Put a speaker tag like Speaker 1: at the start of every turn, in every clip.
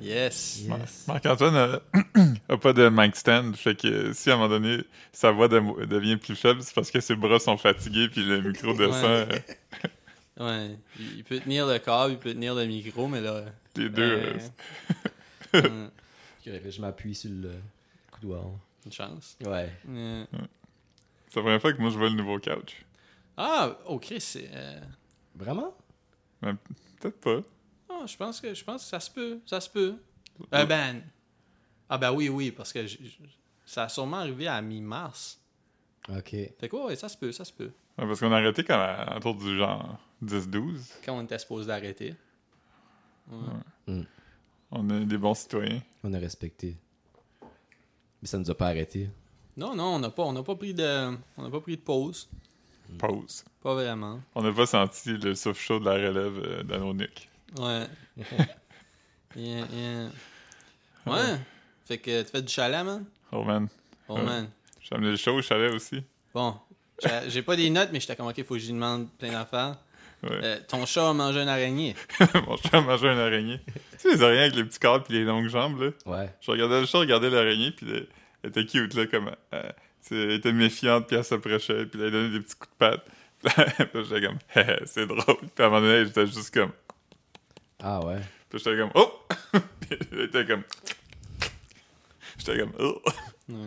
Speaker 1: Yes.
Speaker 2: Yes.
Speaker 3: Marc-Antoine a, a pas de mic stand, fait que si à un moment donné sa voix dem- devient plus faible, c'est parce que ses bras sont fatigués puis le micro descend. euh,
Speaker 1: Ouais. Il, il peut tenir le câble, il peut tenir le micro, mais là.
Speaker 3: les deux. euh,
Speaker 1: euh, euh,
Speaker 2: Je m'appuie sur le coudoir.
Speaker 1: une chance.
Speaker 2: Ouais.
Speaker 1: Euh,
Speaker 3: c'est la première fois que moi je vois le nouveau couch.
Speaker 1: Ah, ok, c'est. euh,
Speaker 2: Vraiment?
Speaker 3: Peut-être pas.
Speaker 1: ah, je pense que je pense que ça se peut, ça se peut. Euh, ben, ah ben oui, oui, parce que j- j- ça a sûrement arrivé à mi-mars.
Speaker 2: Ok.
Speaker 1: Fait que ouais, ouais, ça se peut, ça se peut.
Speaker 3: Ouais, parce qu'on a arrêté quand à, autour du genre 10-12.
Speaker 1: Quand on était supposé d'arrêter. Ouais.
Speaker 3: On est des bons citoyens.
Speaker 2: On a respecté. Mais ça nous a pas arrêté.
Speaker 1: Non, non, on n'a pas, on n'a pas pris de, on n'a pas pris de pause,
Speaker 3: Pause.
Speaker 1: pas vraiment.
Speaker 3: On n'a pas senti le souffle chaud de la relève euh, dans nos nuques.
Speaker 1: Ouais. Yeah, yeah. Ouais. Fait que tu fais du chalet, man.
Speaker 3: Oh man.
Speaker 1: Oh
Speaker 3: Ouais.
Speaker 1: man.
Speaker 3: J'ai amené le chaud au chalet aussi.
Speaker 1: Bon, J'a- j'ai pas des notes, mais j'étais comme ok, faut que j'y demande plein d'affaires.
Speaker 3: Ouais.
Speaker 1: Euh, ton chat a mangé une araignée.
Speaker 3: Mon chat a mangé une araignée. tu sais, les araignées avec les petits corps puis les longues jambes, là.
Speaker 2: Ouais.
Speaker 3: Je regardais le chat, regardais l'araignée, puis le- elle était cute, là, comme. euh, tu sais, elle était méfiante, puis elle s'approchait, puis elle donnait des petits coups de patte. Puis là, j'étais comme, Hé, hé, c'est drôle. Puis à un moment donné, j'étais juste comme.
Speaker 2: Ah ouais.
Speaker 3: Puis j'étais comme, oh! Puis elle était comme. J'étais comme, oh!
Speaker 1: Ouais.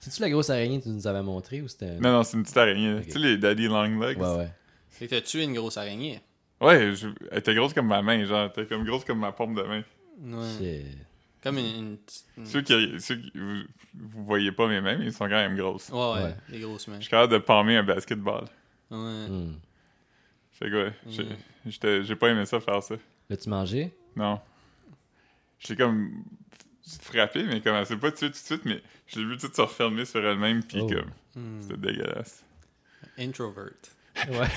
Speaker 2: C'est-tu la grosse araignée que tu nous avais montrée ou c'était. un-
Speaker 3: Non, non, c'est une petite araignée. là.
Speaker 2: Ok.
Speaker 3: Tu sais, les daddy long legs.
Speaker 2: Ouais, ouais.
Speaker 1: Fait que t'as tué une grosse araignée.
Speaker 3: Ouais, je- elle était grosse comme ma main, genre. Elle était comme grosse comme ma paume de main.
Speaker 1: Ouais.
Speaker 2: Shit.
Speaker 1: Comme une. une petite-
Speaker 2: Mm.
Speaker 1: une-
Speaker 3: Ceux qui, ceux qui vous, vous voyez pas mes mains, mais ils sont quand même grosses.
Speaker 1: Ouais, ouais,
Speaker 2: Ouais.
Speaker 1: des grosses mains.
Speaker 3: Je suis capable de palmer un basketball.
Speaker 1: Ouais.
Speaker 2: Hmm.
Speaker 3: Fait que ouais, j'ai-
Speaker 1: Mm.
Speaker 3: j'étais- j'ai pas aimé ça faire ça.
Speaker 2: L'as-tu mangé?
Speaker 3: Non. Je l'ai comme f- frappé, mais comme elle s'est pas tuée tout de suite, mais je l'ai vu tout se refermer sur elle-même, puis
Speaker 2: Oh.
Speaker 3: comme,
Speaker 1: Hmm.
Speaker 3: c'était dégueulasse.
Speaker 1: Introvert.
Speaker 2: Ouais.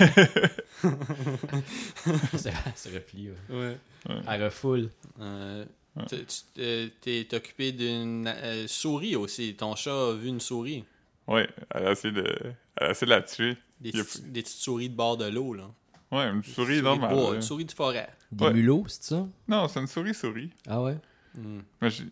Speaker 2: c'est se replie, ouais.
Speaker 1: Ouais.
Speaker 2: Elle refoule.
Speaker 1: Euh, t'as- tu euh, t'es occupé d'une euh, souris aussi. Ton chat a vu une souris.
Speaker 3: Ouais, elle a essayé de, elle a essayé de la tuer.
Speaker 1: Des,
Speaker 3: Il a
Speaker 1: petites- des petites souris de bord de l'eau, là.
Speaker 3: Ouais, une souris,
Speaker 1: Souris de
Speaker 3: normale.
Speaker 1: bois,
Speaker 3: là.
Speaker 1: une souris de forêt.
Speaker 2: Des
Speaker 3: Ouais.
Speaker 2: mulots, c'est ça?
Speaker 3: Non, c'est une souris-souris.
Speaker 2: Ah ouais?
Speaker 1: Hmm.
Speaker 3: Mais j'ai-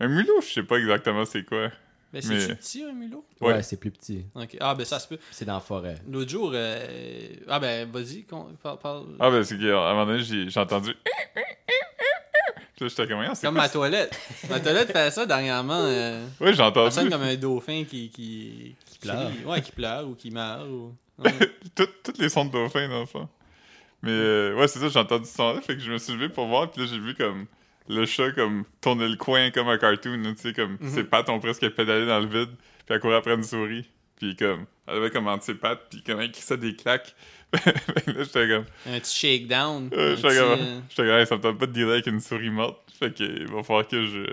Speaker 3: Un mulot, je sais pas exactement c'est quoi.
Speaker 1: Ben,
Speaker 3: Mais-
Speaker 1: c'est petit, un mulot?
Speaker 3: Ouais.
Speaker 2: Ouais, c'est plus petit.
Speaker 1: Ok. Ah, ben ça se peut.
Speaker 2: C'est dans la forêt.
Speaker 1: L'autre jour, euh, ah ben vas-y, qu'on- parle. parle-
Speaker 3: Ah, ben c'est qu'à un moment donné, j'ai j'ai entendu. Puis là, j'étais comme, Ah, c'est
Speaker 1: comme
Speaker 3: quoi
Speaker 1: ma toilette. ma toilette fait ça dernièrement. euh,
Speaker 3: ça? Ouais, j'ai
Speaker 1: ça
Speaker 3: entendu.
Speaker 1: sonne comme un dauphin qui, qui, qui
Speaker 2: pleure.
Speaker 1: crie. Ouais, qui pleure ou qui meurt. Ou... Ouais.
Speaker 3: Tout- toutes les sons de dauphin dans le fond. Mais euh, ouais, c'est ça, j'ai entendu ce son-là, fait que je me suis levé pour voir, puis là j'ai vu comme le chat comme tourner le coin comme un cartoon, hein, tu sais,
Speaker 1: Mhm.
Speaker 3: comme ses pattes ont presque pédalé dans le vide, puis elle courait après une souris, puis comme elle avait comme entre ses pattes, puis comme elle crissait des claques. Fait que là j'étais comme,
Speaker 1: Un petit shakedown.
Speaker 3: euh,
Speaker 1: un
Speaker 3: j'étais
Speaker 1: petit,
Speaker 3: comme,
Speaker 1: euh,
Speaker 3: j'étais comme, Hey, ça me tente pas de dealer avec une souris morte, fait que il va falloir que je.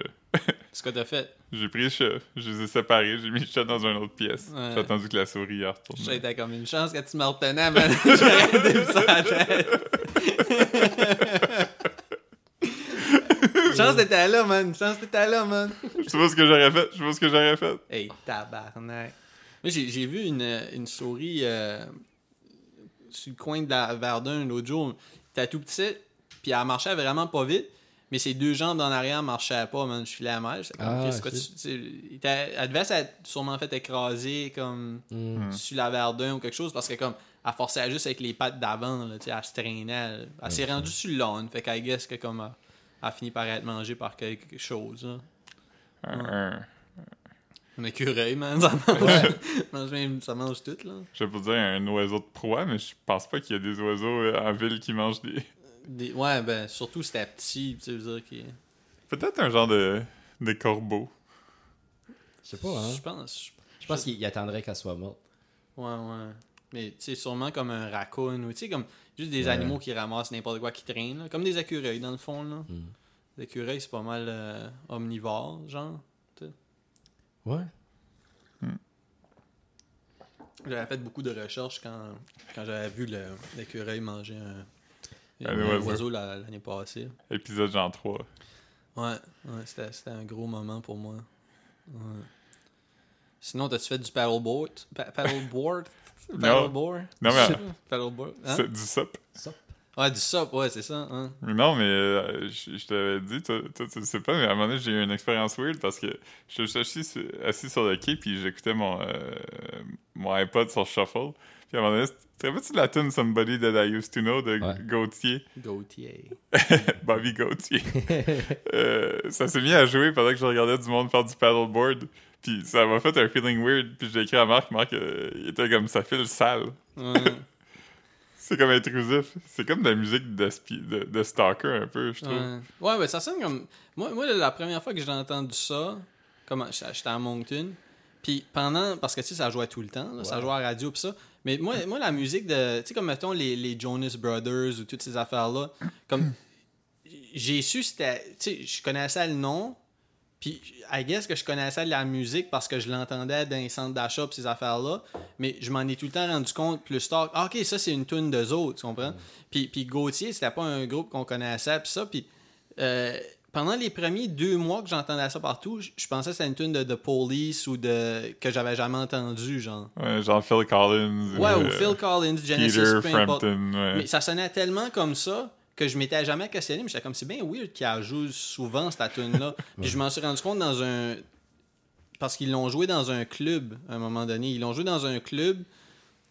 Speaker 1: ce que t'as fait.
Speaker 3: J'ai pris le chat, je les ai séparés, j'ai mis le chat dans une autre pièce.
Speaker 1: Ouais.
Speaker 3: J'ai attendu que la souris y retourne.
Speaker 1: J'ai t'as comme une chance que tu me retenais, man. J'aurais été sur la tête. Une chance que t'étais là, man. Une chance que t'étais là, man.
Speaker 3: Je sais pas ce que j'aurais fait, je sais pas ce que j'aurais fait.
Speaker 1: Hey, tabarnak. Moi, j'ai j'ai vu une, une souris euh, sur le coin de la Verdun l'autre jour. T'as tout petit, puis elle marchait vraiment pas vite. Mais ses deux jambes en arrière marchaient pas, man. Je filais à mer. J'étais comme,
Speaker 2: Ah,
Speaker 1: Chris, quoi,
Speaker 2: ok.
Speaker 1: tu- tu- t'as- Elle devait s'être sûrement fait écraser comme
Speaker 2: Hmm.
Speaker 1: sur la Verdun ou quelque chose parce que comme elle forçait juste avec les pattes d'avant, là, tu sais, elle se traînait. Elle, elle s'est rendue sur le lawn. Fait qu'elle guess que comme elle, elle finit par être mangée par quelque chose. là.
Speaker 3: Un- un-
Speaker 1: Un écureuil, man, ça mange, mange même- ça mange tout, là.
Speaker 3: Je vais pas dire un oiseau de proie, mais je pense pas qu'il y a des oiseaux euh, en ville qui mangent des.
Speaker 1: Des- ouais, ben, surtout c'était petit, tu sais, je veux dire, qui...
Speaker 3: Peut-être un genre de, de corbeau.
Speaker 2: Je sais pas, hein?
Speaker 1: Je pense,
Speaker 2: Je pense qu'il il attendrait qu'elle soit morte.
Speaker 1: je- ouais, ouais. Mais, tu sais, sûrement comme un raccoon, ou tu sais, comme juste des
Speaker 2: Ouais.
Speaker 1: animaux qui ramassent n'importe quoi qui traîne, là. Comme des écureuils, dans le fond, là.
Speaker 2: Mm.
Speaker 1: Les écureuils, c'est pas mal euh, omnivore, genre.
Speaker 2: Ouais?
Speaker 1: J'avais fait beaucoup de recherches quand, quand j'avais vu le- l'écureuil manger un,
Speaker 2: Ah,
Speaker 3: Un
Speaker 1: un
Speaker 3: oiseau.
Speaker 1: oiseau la- l'année passée.
Speaker 3: Épisode genre 3.
Speaker 1: Ouais, ouais, c'était c'était un gros moment pour moi. Ouais. Sinon, t'as-tu fait du paddleboard? Pa- paddleboard?
Speaker 3: Non.
Speaker 1: Paddleboard?
Speaker 3: Non, mais-
Speaker 1: Paddleboard? Hein?
Speaker 3: C'est du sop.
Speaker 2: Sop.
Speaker 1: Ouais, du sop, ouais, c'est ça. Hein.
Speaker 3: Mais Non, mais euh, je, je t'avais dit, toi, toi, tu le sais pas, mais à un moment donné, j'ai eu une expérience weird parce que je suis assis, sur- assis sur le quai puis j'écoutais mon, euh, mon iPod sur Shuffle. Puis à un moment donné, tu te rappelles-tu de la tune Somebody That I Used to Know de
Speaker 2: Ouais.
Speaker 3: Gauthier,
Speaker 1: Gautier.
Speaker 3: Bobby Gauthier? Euh, ça s'est mis à jouer pendant que je regardais du monde faire du paddleboard. Puis ça m'a fait un feeling weird. Puis j'ai écrit à Marc, Marc, euh, il était comme ça file sale.
Speaker 1: Ouais.
Speaker 3: C'est comme intrusif. C'est comme de la musique de, spi- de, de stalker un peu, je trouve.
Speaker 1: Ouais, ouais, ben, ça sonne comme. Moi, moi, la première fois que j'ai entendu ça, comme j'étais à Moncton, puis pendant. Parce que tu sais, ça jouait tout le temps, là, ça
Speaker 2: Ouais.
Speaker 1: jouait à la radio, puis ça. Mais moi, moi, la musique de. Tu sais, comme mettons les, les Jonas Brothers ou toutes ces affaires-là, comme. J'ai su, c'était. Tu sais, je connaissais le nom, puis I guess que je connaissais de la musique parce que je l'entendais dans les centres d'achat pis ces affaires-là, mais je m'en ai tout le temps rendu compte plus tard. Ah, ok, ça c'est une tune d'eux autres, tu
Speaker 3: Mm.
Speaker 1: comprends? Puis, puis Gauthier, c'était pas un groupe qu'on connaissait, puis ça. Puis euh, pendant les premiers deux mois que j'entendais ça partout, je je pensais que c'était une tune de The Police ou de que j'avais jamais entendu, genre.
Speaker 3: Ouais, genre Phil Collins.
Speaker 1: Ouais, ou
Speaker 3: euh,
Speaker 1: Phil Collins, Genesis,
Speaker 3: Peter
Speaker 1: peu importe.
Speaker 3: Frampton. ouais.
Speaker 1: Mais ça sonnait tellement comme ça que je m'étais jamais questionné, mais j'étais comme c'est bien weird qu'ils la jouent souvent cette tune là. Puis je m'en suis rendu compte dans un parce qu'ils l'ont joué dans un club à un moment donné, ils l'ont joué dans un club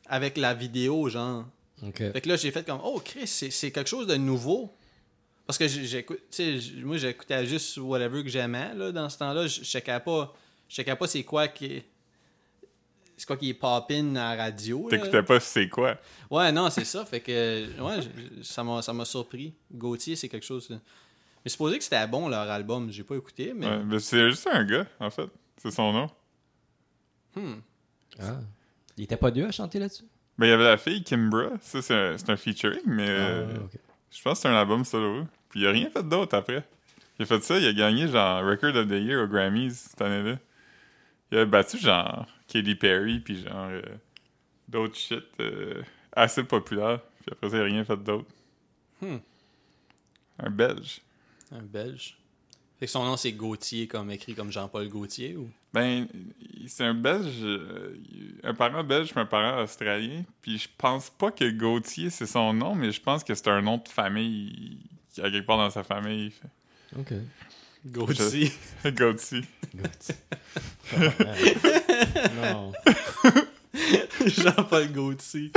Speaker 1: avec la vidéo genre.
Speaker 2: Ok.
Speaker 1: Fait que là j'ai fait comme oh Chris, c'est c'est quelque chose de nouveau. Parce que j'ai- j'écoute, tu sais, j- moi j'écoutais juste whatever que j'aimais là dans ce temps-là, je je checkais pas je checkais pas c'est quoi qui c'est quoi qui est poppin à la radio. là.
Speaker 3: T'écoutais pas c'est quoi.
Speaker 1: Ouais, non, c'est ça. Fait que, ouais, je- je- ça m'a ça m'a surpris. Gauthier, c'est quelque chose. euh, Mais supposé que c'était bon leur album, j'ai pas écouté, mais.
Speaker 3: Ouais, mais c'est juste un gars, en fait. C'est son nom.
Speaker 1: Hmm.
Speaker 2: Ah. Il était pas deux à chanter là-dessus?
Speaker 3: Mais il y avait la fille Kimbra. Ça, c'est un, c'est un featuring, mais euh,
Speaker 2: Ah, ok.
Speaker 3: je pense que c'est un album solo. Puis il a rien fait d'autre après. Il a fait ça, il a gagné genre Record of the Year aux Grammys cette année-là. Il a battu genre Katy Perry, puis genre euh, d'autres shit euh, assez populaires. Puis après ça, il a rien fait d'autre.
Speaker 1: Hmm.
Speaker 3: Un Belge.
Speaker 1: Un Belge. Fait que son nom, c'est Gauthier, comme écrit comme Jean-Paul Gauthier. Ou...
Speaker 3: Ben, il- c'est un belge, euh, un parent belge, puis un parent australien. Puis je pense pas que Gauthier c'est son nom, mais je pense que c'est un nom de famille qui a quelque part dans sa famille.
Speaker 2: Ok.
Speaker 1: Gauthier.
Speaker 3: Gauthier.
Speaker 2: non.
Speaker 1: Jean-Paul Gauthier.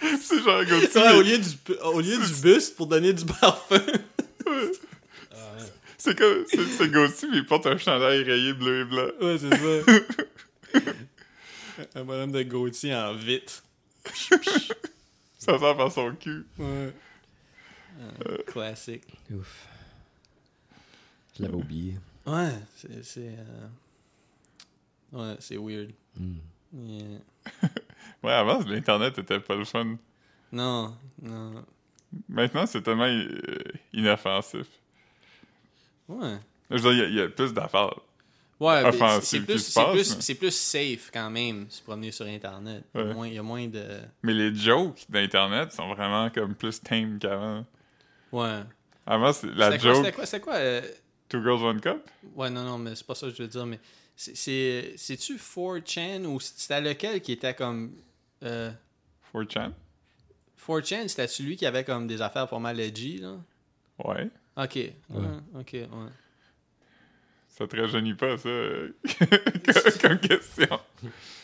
Speaker 3: c'est genre
Speaker 1: Ouais, au
Speaker 3: Gauthier.
Speaker 1: lieu du, pu- au lieu du buste pour donner du parfum.
Speaker 3: C'est comme c'est c'est Gauthier, mais il porte un chandail rayé bleu et blanc.
Speaker 1: Ouais, c'est ça. Un bonhomme de Gauthier en vite.
Speaker 3: Ça sort par son cul.
Speaker 1: Ouais. Euh. classique.
Speaker 2: Ouf. Je l'avais oublié.
Speaker 1: Ouais, c'est. c'est, euh, Ouais, c'est weird. euh,
Speaker 2: Hmm.
Speaker 1: Yeah.
Speaker 3: Ouais, avant l'internet était pas le fun.
Speaker 1: Non, non.
Speaker 3: Maintenant c'est tellement euh, inoffensif.
Speaker 1: Ouais.
Speaker 3: Je veux dire, il y, a- il y a plus d'affaires.
Speaker 1: Ouais,
Speaker 3: Offensive
Speaker 1: mais c'est- c'est
Speaker 3: qui
Speaker 1: plus,
Speaker 3: se
Speaker 1: c'est
Speaker 3: passe,
Speaker 1: plus,
Speaker 3: mais-
Speaker 1: c'est plus safe quand même se promener sur Internet. Il y a
Speaker 3: Ouais.
Speaker 1: moins- il y a moins de.
Speaker 3: Mais les jokes d'internet sont vraiment comme plus tame qu'avant.
Speaker 1: Ouais.
Speaker 3: Avant, c'est la
Speaker 1: C'était quoi-
Speaker 3: joke
Speaker 1: C'était quoi, c'était quoi euh,
Speaker 3: Two Girls One Cup?
Speaker 1: Ouais, non, non, mais c'est pas ça que je veux dire. Mais c'est- c'est- c'est-tu 4chan ou c'était lequel qui était comme. euh,
Speaker 3: 4chan?
Speaker 1: 4chan, c'était celui qui avait comme des affaires pour mal edgy, là
Speaker 3: Ouais.
Speaker 1: Ok. ouais, Ok, ouais.
Speaker 3: Ça te rajeunit pas, ça, euh, comme- comme question.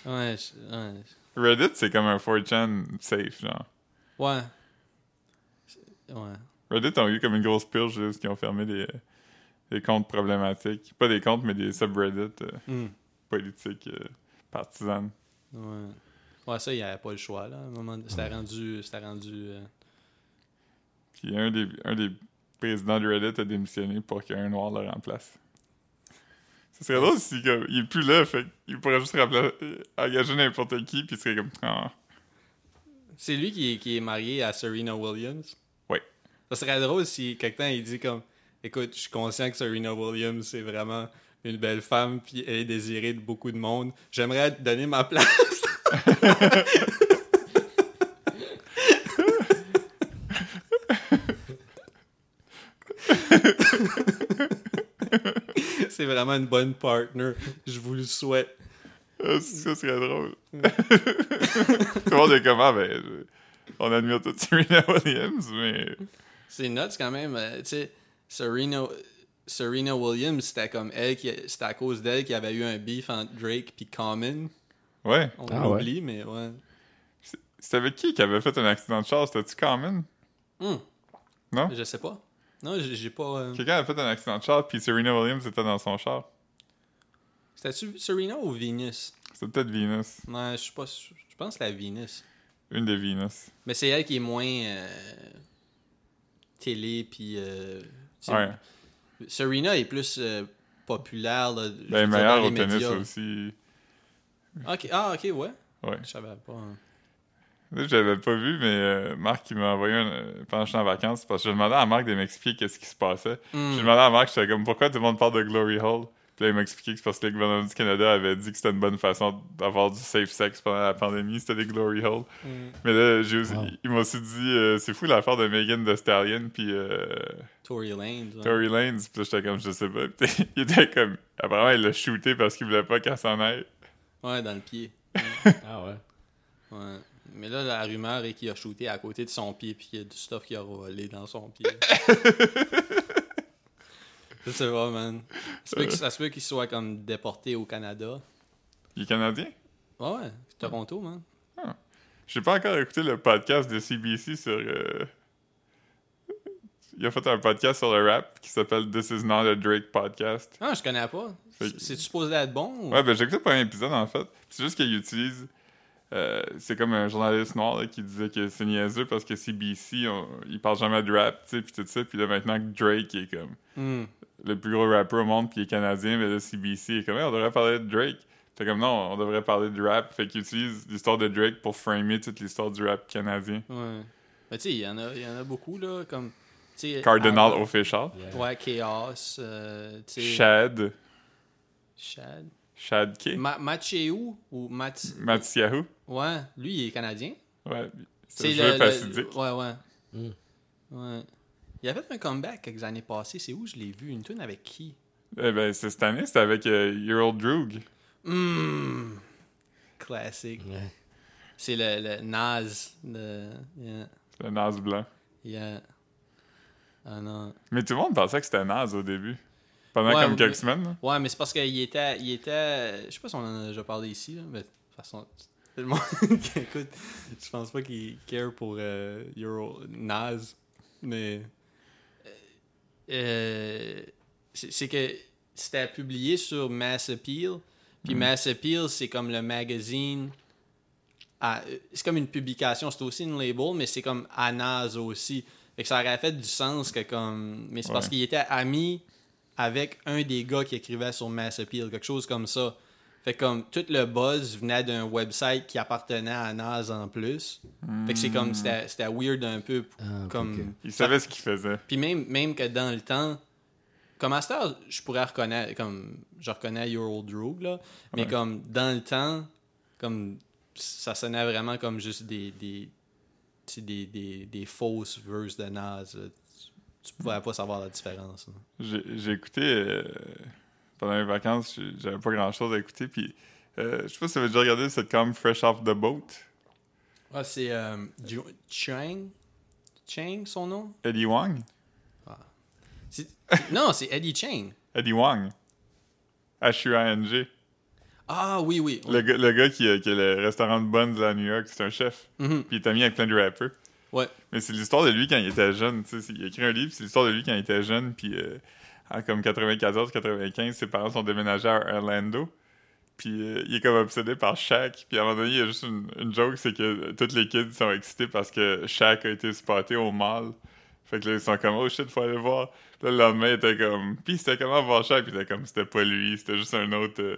Speaker 1: Ouais, je- ouais.
Speaker 3: Reddit, c'est comme un 4chan safe, genre.
Speaker 1: Ouais. C'est- Ouais.
Speaker 3: Reddit ont eu comme une grosse purge, là, parce qu'ils ont fermé des, des comptes problématiques. Pas des comptes, mais des subreddits euh,
Speaker 1: Hmm.
Speaker 3: politiques euh, partisanes.
Speaker 1: Ouais. Ouais, ça, il n'y avait pas le choix, là. À un moment, c'était rendu. C'était rendu. euh,
Speaker 3: Puis un des, un des présidents de Reddit a démissionné pour qu'un noir le remplace. Ce serait drôle si comme, il est plus là, fait qu'il pourrait juste rempla- euh, engager n'importe qui, puis il serait comme... Ah.
Speaker 1: C'est lui qui est, qui est marié à Serena Williams.
Speaker 3: Ouais.
Speaker 1: Ça serait drôle si quelqu'un il dit comme Écoute, je suis conscient que Serena Williams, c'est vraiment une belle femme, puis elle est désirée de beaucoup de monde. J'aimerais te donner ma place. c'est vraiment une bonne partner. Je vous le souhaite.
Speaker 3: Ah, Ça serait drôle. Tout le monde est comment? Ben, je- on admire tout Serena Williams, mais.
Speaker 1: C'est nuts quand même. euh, tu sais, Serena, Serena Williams, c'était comme elle, qui, c'était à cause d'elle qu'il y avait eu un beef entre Drake puis Common.
Speaker 3: Ouais.
Speaker 1: On
Speaker 2: Ah
Speaker 1: l'oublie, mais ouais.
Speaker 3: C'est avec qui qui avait fait un accident de char C'était-tu Common
Speaker 1: Hmm.
Speaker 3: Non?
Speaker 1: Je sais pas. Non, j'ai j'ai pas. euh,
Speaker 3: Mm. Quelqu'un avait fait un accident de char, puis Serena Williams était dans son char.
Speaker 1: C'était-tu Serena ou Venus?
Speaker 3: C'était peut-être Venus.
Speaker 1: Non, je suis pas. sûr. Je pense que la Venus.
Speaker 3: Une des Venus.
Speaker 1: Mais c'est elle qui est moins euh, télé puis euh, tu sais,
Speaker 3: Ouais. Ben,
Speaker 1: Serena est plus euh, populaire là, je veux dire,
Speaker 3: Ben, meilleure
Speaker 1: dans
Speaker 3: au
Speaker 1: les
Speaker 3: tennis
Speaker 1: médias.
Speaker 3: aussi.
Speaker 1: Ok, ah ok ouais.
Speaker 3: Ouais.
Speaker 1: Je savais pas. hein.
Speaker 3: Là, je l'avais pas vu, mais euh, Marc, il m'a envoyé un, euh, pendant que j'étais en vacances, parce que je demandais à Marc de m'expliquer qu'est-ce qui se passait.
Speaker 1: Hmm.
Speaker 3: J'ai demandé à Marc, j'étais comme, pourquoi tout le monde parle de Glory Hall? Puis là, il m'a expliqué que c'est parce que le gouvernement du Canada avait dit que c'était une bonne façon d'avoir du safe sex pendant la pandémie, c'était des Glory Hall.
Speaker 1: Hmm.
Speaker 3: Mais là, j'ai aussi-
Speaker 2: Wow.
Speaker 3: il m'a aussi dit, euh, c'est fou l'affaire de Megan Thee Stallion, puis euh,
Speaker 1: Tory Lanez. ouais.
Speaker 3: Tory Lanez. Puis là, j'étais comme, je sais pas. Puis il était comme, apparemment, il l'a shooté parce qu'il voulait pas qu'elle s'en aille.
Speaker 1: Ouais, dans le pied.
Speaker 2: Ah ouais.
Speaker 1: Ouais. Mais là, la rumeur est qu'il a shooté à côté de son pied puis qu'il y a du stuff qui a volé dans son pied. Je sais pas, man. Ça se peut que- Ça se peut qu'il soit comme déporté au Canada.
Speaker 3: Il est Canadien?
Speaker 1: Ouais, ouais. Toronto, man.
Speaker 3: J'ai pas encore écouté le podcast de CBC sur. euh, Il a fait un podcast sur le rap qui s'appelle This Is Not a Drake Podcast.
Speaker 1: Ah, je connais pas.
Speaker 3: Fait que-
Speaker 1: C'est supposé être bon? ou-
Speaker 3: Ouais, ben j'ai écouté pas un épisode en fait. C'est juste qu'il utilise. euh, c'est comme un journaliste noir là, qui disait que c'est niaiseux parce que CBC, on, il parle jamais de rap, tu sais, pis tout ça. Pis là, maintenant que Drake est comme
Speaker 1: Hmm.
Speaker 3: le plus gros rappeur au monde, pis il est canadien, mais le CBC est comme, Hey, on devrait parler de Drake. Fait comme non, on devrait parler de rap. Fait qu'il utilise l'histoire de Drake pour framer toute l'histoire du rap canadien.
Speaker 1: Ouais. Mais tu sais, il y, en a- il y en a beaucoup, là, comme... tu sais,
Speaker 3: Cardinal
Speaker 1: Abba-
Speaker 3: Official.
Speaker 1: Ouais, Chaos, euh, tu sais...
Speaker 3: Shad.
Speaker 1: Chad.
Speaker 3: Shad K.
Speaker 1: Ma Mathieu ou Mat...
Speaker 3: Matsiahu.
Speaker 1: Ouais, lui, il est canadien.
Speaker 3: Ouais. C'est le jeu pacifique.
Speaker 1: Ouais, ouais.
Speaker 2: Hmm.
Speaker 1: Ouais. Il avait fait un comeback quelques années passées. C'est où je l'ai vu? Une tune avec qui?
Speaker 3: Eh ben, c'est cette année, c'était avec euh, Ural Droog.
Speaker 1: Hmm. Classique.
Speaker 2: Ouais.
Speaker 1: C'est le, le Naz. Le... Yeah.
Speaker 3: Le naze blanc.
Speaker 1: yeah. Ah non.
Speaker 3: Mais tout le monde pensait que c'était naze au début. Pendant
Speaker 1: Ouais,
Speaker 3: comme quelques
Speaker 1: mais-
Speaker 3: semaines. là.
Speaker 1: Ouais, mais c'est parce qu'il était, il était. Je sais pas si on en a déjà parlé ici, là, mais de toute façon, c'est le monde qui écoute, je pense pas qu'il care pour euh, Euro Naz, mais. euh, c'est c'est que c'était publié sur Mass Appeal, puis Mass Appeal, c'est comme le magazine. à- c'est comme une publication, c'est aussi une label, mais c'est comme à Naz aussi. Fait que ça aurait fait du sens que comme. Mais c'est parce
Speaker 3: Ouais.
Speaker 1: qu'il était ami avec un des gars qui écrivait sur Mass Appeal, quelque chose comme ça. Fait que comme tout le buzz venait d'un website qui appartenait à Naz en plus. Fait que c'est comme c'était c'était weird un peu
Speaker 2: Hmm. Ah, ok,
Speaker 1: comme
Speaker 2: ok.
Speaker 3: Il savait ce qu'il faisait.
Speaker 1: puis même même que dans le temps comme à cette heure, je pourrais reconnaître comme je reconnais Your Old Rogue là, mais
Speaker 3: Ouais.
Speaker 1: comme dans le temps comme ça sonnait vraiment comme juste des des tu sais, des, des, des fausses verses de Naz. là. Tu, tu pouvais pas savoir la différence. là.
Speaker 3: J'ai j'ai écouté euh, pendant les vacances, j'ai- j'avais pas grand chose à écouter. Puis, euh, je sais pas si vous avez déjà regardé cette com Fresh Off the Boat.
Speaker 1: Ah, c'est euh, Jo- Chang. Chang, son nom?
Speaker 3: Eddie Wang.
Speaker 1: C'est- Non, c'est Eddie Chang.
Speaker 3: Eddie Wang. H-U-A-N-G.
Speaker 1: Ah oui, oui.
Speaker 3: Le, gars- le gars qui a, qui a le restaurant de Buns à New York, c'est un chef.
Speaker 1: Mhm.
Speaker 3: Puis il est ami avec plein de rappeurs.
Speaker 1: Ouais.
Speaker 3: Mais c'est l'histoire de lui quand il était jeune. tu sais, c'est- Il a écrit un livre, c'est l'histoire de lui quand il était jeune. Puis euh, en comme 94-95, ses parents sont déménagés à Orlando. Puis euh, il est comme obsédé par Shaq. Puis à un moment donné, il y a juste une, une joke c'est que euh, tous les kids sont excités parce que Shaq a été spoté au mall. Fait que là, ils sont comme, oh shit, faut aller voir. Puis là, le lendemain, il était comme, puis c'était comment voir Shaq? Puis il était comme, c'était pas lui, c'était juste un autre. euh,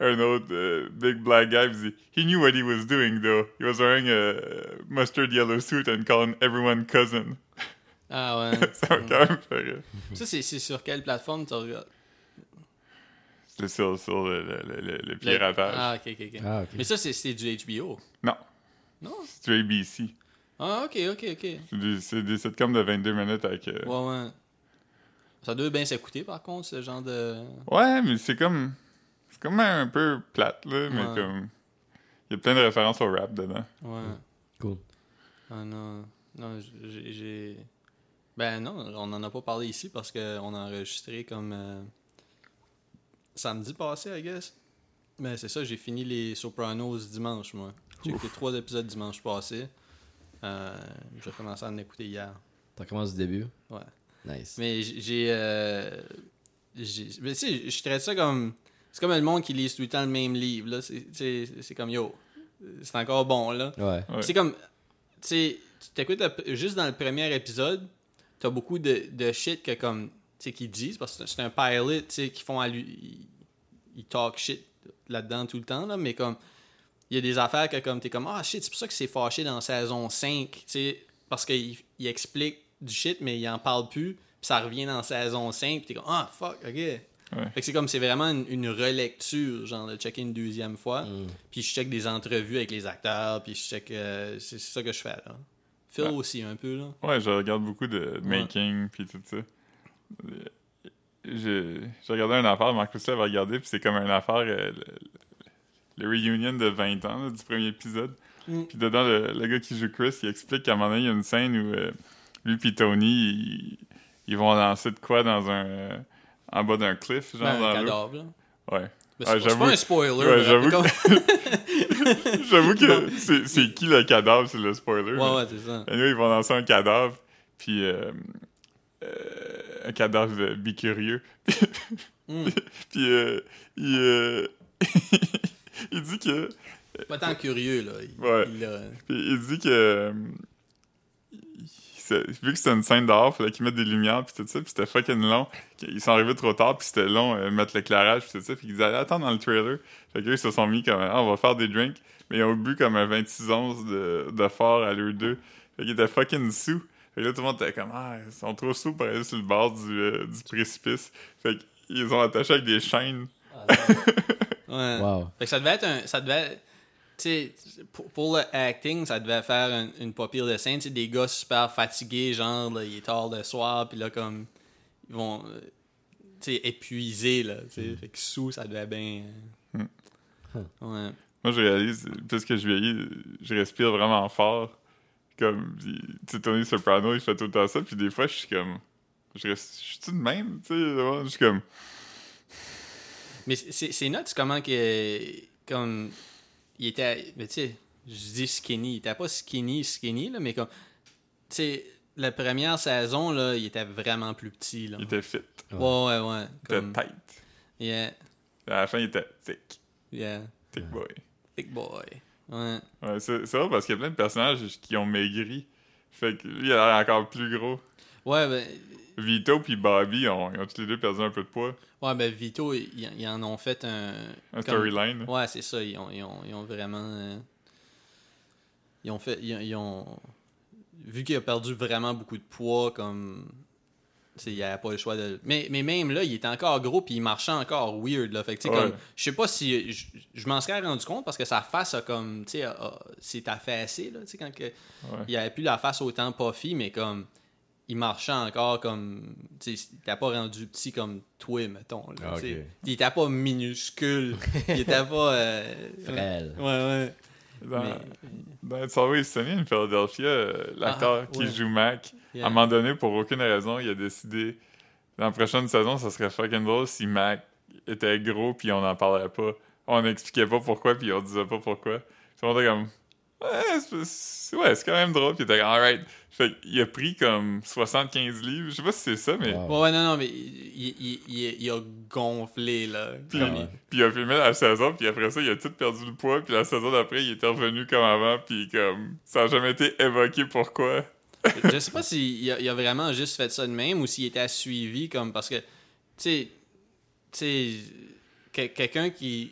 Speaker 3: un autre euh, big black guy, puis il dit, he knew what he was doing though. He was wearing a mustard yellow suit and calling everyone cousin.
Speaker 1: Ah ouais.
Speaker 3: Ça m'a quand même fait rire.
Speaker 1: Ça, c'est c'est sur quelle plateforme tu regardes?
Speaker 3: C'est sur, sur le, le, le, le- le
Speaker 1: Le-
Speaker 3: piratage.
Speaker 1: Ah, ok, ok, ok.
Speaker 2: Ah, ok.
Speaker 1: Mais ça, c'est- c'est du HBO.
Speaker 3: Non,
Speaker 1: Non?
Speaker 3: c'est du ABC.
Speaker 1: Ah, ok, ok, ok. Ouais,
Speaker 3: C'est des, c'est des sitcoms de 22 minutes avec... euh,
Speaker 1: ouais. Ça doit bien s'écouter, par contre, ce genre de.
Speaker 3: Ouais, mais c'est comme... C'est comme un peu plate, là, mais
Speaker 1: Ouais.
Speaker 3: comme... Il y a plein de références au rap dedans.
Speaker 1: Ouais.
Speaker 2: Cool.
Speaker 1: Ah non, non, j'ai- j'ai. Ben non, on n'en a pas parlé ici parce qu'on a enregistré comme euh, samedi passé, I guess. Mais c'est ça, j'ai fini les Sopranos dimanche, moi. J'ai écouté trois épisodes dimanche passé. Euh, j'ai commencé à en écouter hier.
Speaker 2: T'en commences du début?
Speaker 1: Ouais.
Speaker 2: Nice.
Speaker 1: Mais j- j'ai. euh, j'ai- mais tu sais, je traite ça comme. C'est comme le monde qui lit tout le temps le même livre, là. C'est- tu sais, C'est c'est comme yo. C'est encore bon, là.
Speaker 2: Ouais.
Speaker 3: Ouais.
Speaker 1: C'est comme, tu sais, tu t'écoutes le- juste dans le premier épisode, t'as beaucoup de, de shit que comme, tu sais, qu'ils disent, parce que c'est un pilot, tu sais, qu'ils font à lui, ils, ils talk shit là-dedans tout le temps, là, mais comme, il y a des affaires que comme, t'es comme, ah shit, c'est pour ça que c'est fâché dans saison 5, tu sais, parce qu'il il explique du shit, mais il en parle plus, puis ça revient dans saison 5, puis t'es comme, ah fuck, ok. Fait que c'est comme, c'est vraiment une, une relecture, genre, de checker une deuxième fois.
Speaker 2: Mm.
Speaker 1: Puis je check des entrevues avec les acteurs, puis je check. euh, c'est c'est ça que je fais, là. Phil
Speaker 3: Ouais.
Speaker 1: aussi, un peu, là.
Speaker 3: Ouais, je regarde beaucoup de making puis tout ça. Euh, J'ai j'ai regardé une affaire, Marc Rousseau avait regardé, puis c'est comme une affaire, euh, le, le- le reunion de 20 ans là, du premier épisode.
Speaker 1: Mm.
Speaker 3: Puis dedans, le, le gars qui joue Chris, il explique qu'à un moment donné, il y a une scène où euh, lui puis Tony, ils, ils vont lancer de quoi dans un... euh, en bas d'un cliff, genre
Speaker 1: Ben, un
Speaker 3: dans l'eau.
Speaker 1: cadavre, là.
Speaker 3: Ouais.
Speaker 1: Ben, c'est
Speaker 3: Ah,
Speaker 1: pas- c'est
Speaker 3: j'avoue-
Speaker 1: pas un spoiler.
Speaker 3: Ouais,
Speaker 1: là,
Speaker 3: j'avoue
Speaker 1: mais comme-
Speaker 3: J'avoue que c'est c'est qui le cadavre, c'est le spoiler. mais-
Speaker 1: ouais, ouais, c'est ça.
Speaker 3: Anyway, ils vont lancer un cadavre, puis euh, euh, un cadavre euh, bicurieux.
Speaker 1: Hmm.
Speaker 3: Puis euh, il, euh, il dit que
Speaker 1: Pas tant curieux, là. Il,
Speaker 3: Ouais.
Speaker 1: il a-
Speaker 3: puis il dit que euh, il- c'est- vu que c'était une scène dehors, fallait qu'ils mettent des lumières puis tout ça, puis c'était fucking long. Ils sont arrivés trop tard, puis c'était long euh, mettre l'éclairage puis tout ça, puis ils disaient attends dans le trailer. Fait que là, ils se sont mis comme ah, on va faire des drinks, mais ils ont bu comme un 26 onces de, de fort à l'heure 2. Fait qu'ils étaient fucking sous. Fait que là, tout le monde était comme ah, ils sont trop sous pour aller sur le bord du, euh, du précipice. Fait qu'ils ont attaché avec des chaînes.
Speaker 1: Ouais.
Speaker 2: Wow.
Speaker 1: Fait que ça devait être un. Ça devait. Tu sais, pour, pour le acting, ça devait faire un- une pas pire de scène. Tu sais, des gars super fatigués, genre, là, il est tard le soir, puis là, comme. Ils vont. euh, Tu sais, épuisés, là.
Speaker 3: Hmm.
Speaker 1: Tu sais, fait que sous, ça devait bien. euh, Ouais.
Speaker 3: Moi, je réalise, euh, parce que je vieillis, euh, je respire vraiment fort. Comme, il- tu sais, Tony Soprano, il fait tout le temps ça, puis des fois, je suis comme. Je reste. Je suis de même, tu sais. vraiment, Je suis comme.
Speaker 1: Mais c'est- c'est c'est nuts comment que. Comme. Il était. Mais tu sais, je dis skinny. Il était pas skinny, skinny, là, mais comme. Tu sais, la première saison, là, il était vraiment plus petit, là.
Speaker 3: Il était fit,
Speaker 1: Ouais, ouais, ouais.
Speaker 3: il
Speaker 1: Comme...
Speaker 3: était tight.
Speaker 1: Yeah,
Speaker 3: À la fin, il était thick.
Speaker 1: yeah.
Speaker 3: Thick boy.
Speaker 1: Big boy. Ouais.
Speaker 3: Ouais, c'est c'est vrai parce qu'il y a plein de personnages qui ont maigri. Fait que lui, il a l'air encore plus gros.
Speaker 1: Ouais, ben.
Speaker 3: Vito puis Bobby ont, ils ont tous les deux perdu un peu de poids.
Speaker 1: Ouais, ben Vito, ils, ils en ont fait un. comme-
Speaker 3: Un storyline.
Speaker 1: Ouais, c'est ça. Ils ont, ils ont, ils ont vraiment. euh, Ils ont fait. Ils, ont- ils ont. Vu qu'il a perdu vraiment beaucoup de poids, comme. tu sais, Il avait pas le choix de. Mais, mais même là, il était encore gros puis il marchait encore weird. Là. Fait que, tu sais,
Speaker 3: Ouais.
Speaker 1: comme. Je sais pas si. je- Je m'en serais rendu compte parce que sa face a comme. Tu sais, a- a- s'est affaissée, là. Tu sais, quand que- il avait plus la face autant puffy, mais comme. Il marchait encore comme. Tu sais, il était pas rendu petit comme toi, mettons. là,
Speaker 2: Ah,
Speaker 1: tu sais.
Speaker 2: ok.
Speaker 1: Il était pas minuscule. il était pas. euh,
Speaker 2: Frêle.
Speaker 1: Ouais, ouais.
Speaker 3: Dans,
Speaker 1: Mais-
Speaker 3: dans It's Always Sunny in Philadelphia, euh, l'acteur
Speaker 1: Ah,
Speaker 3: qui
Speaker 1: ouais.
Speaker 3: joue Mac,
Speaker 1: Yeah.
Speaker 3: À un moment donné, pour aucune raison, il a décidé dans la prochaine saison, ça serait fucking drôle si Mac était gros puis on n'en parlait pas. On n'expliquait pas pourquoi puis on disait pas pourquoi. Tout le monde était comme Ouais, c'est- c'est ouais, c'est quand même drôle. Puis il était comme Alright. Fait qu'il a pris comme 75 livres. Je sais pas si c'est ça, mais.
Speaker 2: Wow.
Speaker 1: Ouais, ouais, non, non, mais il, il, il- il a gonflé, là.
Speaker 3: Puis,
Speaker 1: Comme-
Speaker 2: Ouais.
Speaker 3: puis il a filmé la saison, puis après ça, il a tout perdu le poids, puis la saison d'après, il était revenu comme avant, puis comme ça a jamais été évoqué pourquoi.
Speaker 1: je sais pas s'il a, il a vraiment juste fait ça de même ou s'il était suivi, comme. Parce que, tu sais, tu sais, que- quelqu'un qui,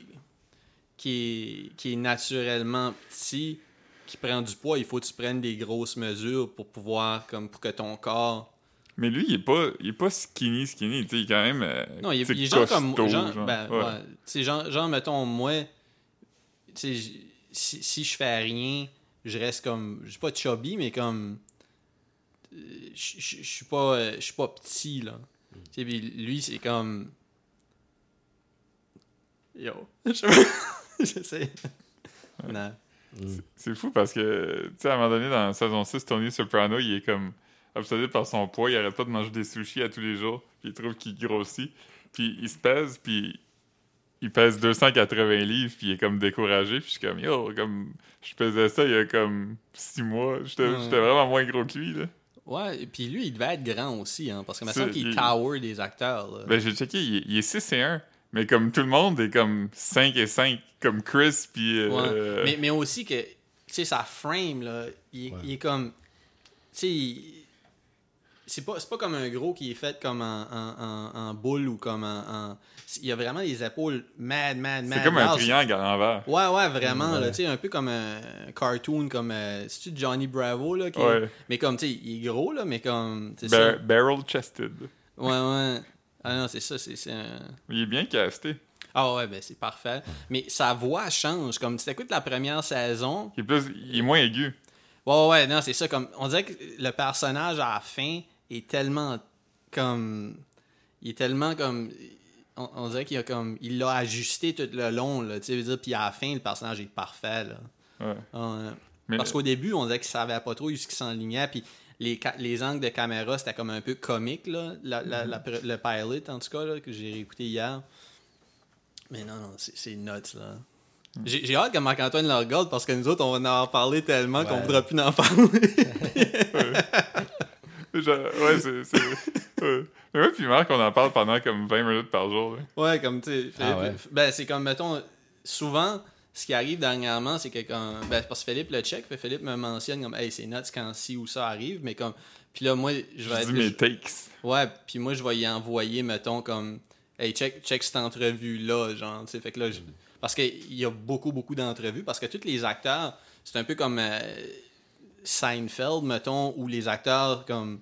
Speaker 1: qui, qui est naturellement petit, qui prend du poids, il faut que tu prennes des grosses mesures pour pouvoir, comme, pour que ton corps
Speaker 3: Mais lui, il est pas, il est pas skinny, skinny, tu sais, il est quand même. euh,
Speaker 1: Non, il,
Speaker 3: tu sais,
Speaker 1: il est genre comme
Speaker 3: costaud,
Speaker 1: genre,
Speaker 3: genre.
Speaker 1: ben,
Speaker 3: Ouais.
Speaker 1: ouais. Tu sais, genre, genre, mettons, moi, tu sais, j- si, si je fais rien, je reste comme, je suis pas chubby, mais comme, euh, je je- je suis pas, euh, je suis pas petit, là.
Speaker 3: Mm.
Speaker 1: Tu sais, puis lui, c'est comme, yo, je sais. Non.
Speaker 3: C'est- C'est fou parce que, tu sais, à un moment donné, dans la saison 6, Tony Soprano, il est comme obsédé par son poids. Il arrête pas de manger des sushis à tous les jours. Puis il trouve qu'il grossit. Puis il se pèse, puis il pèse 280 livres, puis il est comme découragé. Puis je suis comme, yo, comme, je pesais ça il y a comme 6 mois. J'étais
Speaker 1: Ouais.
Speaker 3: j'étais vraiment moins gros que lui, là.
Speaker 1: Ouais, et puis lui, il devait être grand aussi, hein, parce que me
Speaker 3: C'est-
Speaker 1: semble qu'il
Speaker 3: il-
Speaker 1: tower des acteurs. là.
Speaker 3: Ben, j'ai checké, il, il est 6 et 1. Mais comme tout le monde est comme 5 et 5, comme Chris, puis. euh,
Speaker 1: Ouais. Mais, mais aussi que, tu sais, sa frame, là, il, est-
Speaker 2: Ouais.
Speaker 1: il est comme. Tu sais, il- c'est pas, c'est pas comme un gros qui est fait comme en, en- en- en boule ou comme en. en- Il a vraiment des épaules mad, mad, mad.
Speaker 3: C'est comme un
Speaker 1: larges.
Speaker 3: triangle à l'envers.
Speaker 1: Ouais, ouais, vraiment.
Speaker 2: Ouais.
Speaker 1: là, tu sais, un peu comme un cartoon, comme. euh, C'est-tu Johnny Bravo, là? Qui,
Speaker 3: Ouais. Ben.
Speaker 1: Mais comme, tu sais, il est gros, là, mais comme. c'est
Speaker 3: Bar- Barrel-chested.
Speaker 1: ça. Ouais, ouais. Ah non, c'est ça, c'est c'est un.
Speaker 3: Il est bien casté.
Speaker 1: Ah ouais, ben c'est parfait. Mais sa voix change. Comme tu t'écoutes la première saison.
Speaker 3: Il est, plus, il est moins aigu.
Speaker 1: Ouais, ouais, ouais, non, c'est ça. Comme, on dirait que le personnage à la fin est tellement comme. Il est tellement comme. On, on dirait qu'il a comme. Il l'a ajusté tout le long, là. Tu sais, je veux dire, puis à la fin, le personnage est parfait, là.
Speaker 3: Ouais.
Speaker 1: Ah, ouais.
Speaker 3: Mais-
Speaker 1: Parce qu'au début, on disait qu'il savait pas trop où ce qui s'enlignait, puis les, ca- les angles de caméra, c'était comme un peu comique, là, la- la- la pr- le pilot, en tout cas, là, que j'ai réécouté hier. Mais non, non, c'est c'est nuts, là. J'ai j'ai hâte que Marc-Antoine le regarde parce que nous autres, on va en avoir parlé tellement qu'on
Speaker 2: Ouais.
Speaker 1: voudra plus en parler.
Speaker 3: Genre, ouais, c'est. c'est- ouais. Mais ouais, puis Marc, on en parle pendant comme 20 minutes par jour. là.
Speaker 1: ouais, comme tu sais.
Speaker 2: Ah
Speaker 1: Philippe- Ben, c'est comme, mettons, souvent, ce qui arrive dernièrement, c'est que quand. Ben, c'est parce que Philippe le check, puis Philippe me mentionne comme, hey, c'est nuts quand ci ou ça arrive, mais comme. Puis là, moi, je vais
Speaker 3: Je dis
Speaker 1: être.
Speaker 3: mes takes.
Speaker 1: Ouais, puis moi, je vais y envoyer, mettons, comme, hey, check, check cette entrevue-là, genre, tu sais, fait que là, je- parce qu'il y a beaucoup, beaucoup d'entrevues, parce que tous les acteurs, c'est un peu comme euh, Seinfeld, mettons, où les acteurs, comme,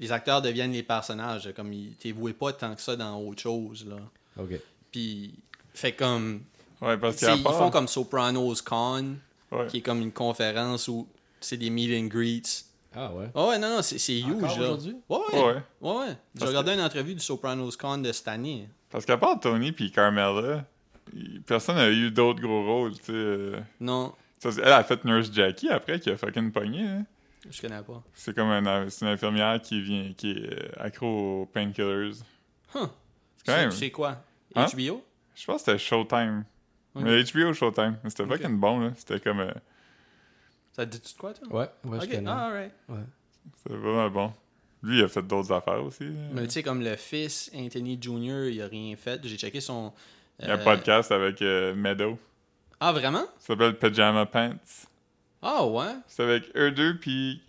Speaker 1: les acteurs deviennent les personnages, comme, ils t'évouaient pas tant que ça dans autre chose, là.
Speaker 2: OK.
Speaker 1: Puis, fait comme,
Speaker 3: Ouais, parce
Speaker 1: tu sais,
Speaker 3: qu'à
Speaker 1: ils
Speaker 3: part.
Speaker 1: font comme Sopranos Con,
Speaker 3: Ouais.
Speaker 1: qui est comme une conférence où c'est des meet and greets.
Speaker 2: Ah ouais.
Speaker 1: Ah ouais, non, non, c'est c'est huge,
Speaker 2: Encore
Speaker 1: là.
Speaker 2: aujourd'hui?
Speaker 1: Ouais, ouais.
Speaker 3: Ouais.
Speaker 1: Ouais, ouais. J'ai
Speaker 3: Parce
Speaker 1: regardé une entrevue du Sopranos Con de cette année.
Speaker 3: Parce qu'à part Tony puis Carmela, il- personne n'a eu d'autres gros rôles, tu sais. euh.
Speaker 1: Non,
Speaker 3: Ça, c'est- Elle a fait Nurse Jackie après, qui a fucking pogné. hein.
Speaker 1: je connais pas.
Speaker 3: C'est comme un- c'est une infirmière qui vient qui est euh, accro aux painkillers.
Speaker 1: Huh.
Speaker 3: quand même-
Speaker 1: C'est quoi
Speaker 3: Hein?
Speaker 1: HBO
Speaker 3: Je pense que c'était Showtime.
Speaker 1: Ok.
Speaker 3: Mais HBO Showtime. Mais C'était
Speaker 1: Ok.
Speaker 3: fucking bon, là. C'était comme. euh,
Speaker 1: Ça te dit tout de quoi, toi
Speaker 2: Ouais, ouais, je
Speaker 1: Ok,
Speaker 2: connais.
Speaker 1: ah, alright.
Speaker 3: C'était vraiment bon. Lui, il a fait d'autres affaires aussi. là.
Speaker 1: Mais tu sais, comme le fils, Anthony Jr., il a rien fait. J'ai checké son.
Speaker 3: Il y a un
Speaker 1: euh,
Speaker 3: podcast avec euh, Meadow.
Speaker 1: Ah, vraiment
Speaker 3: Ça s'appelle Pajama Pants.
Speaker 1: Ah, ouais.
Speaker 3: C'est avec eux deux, puis.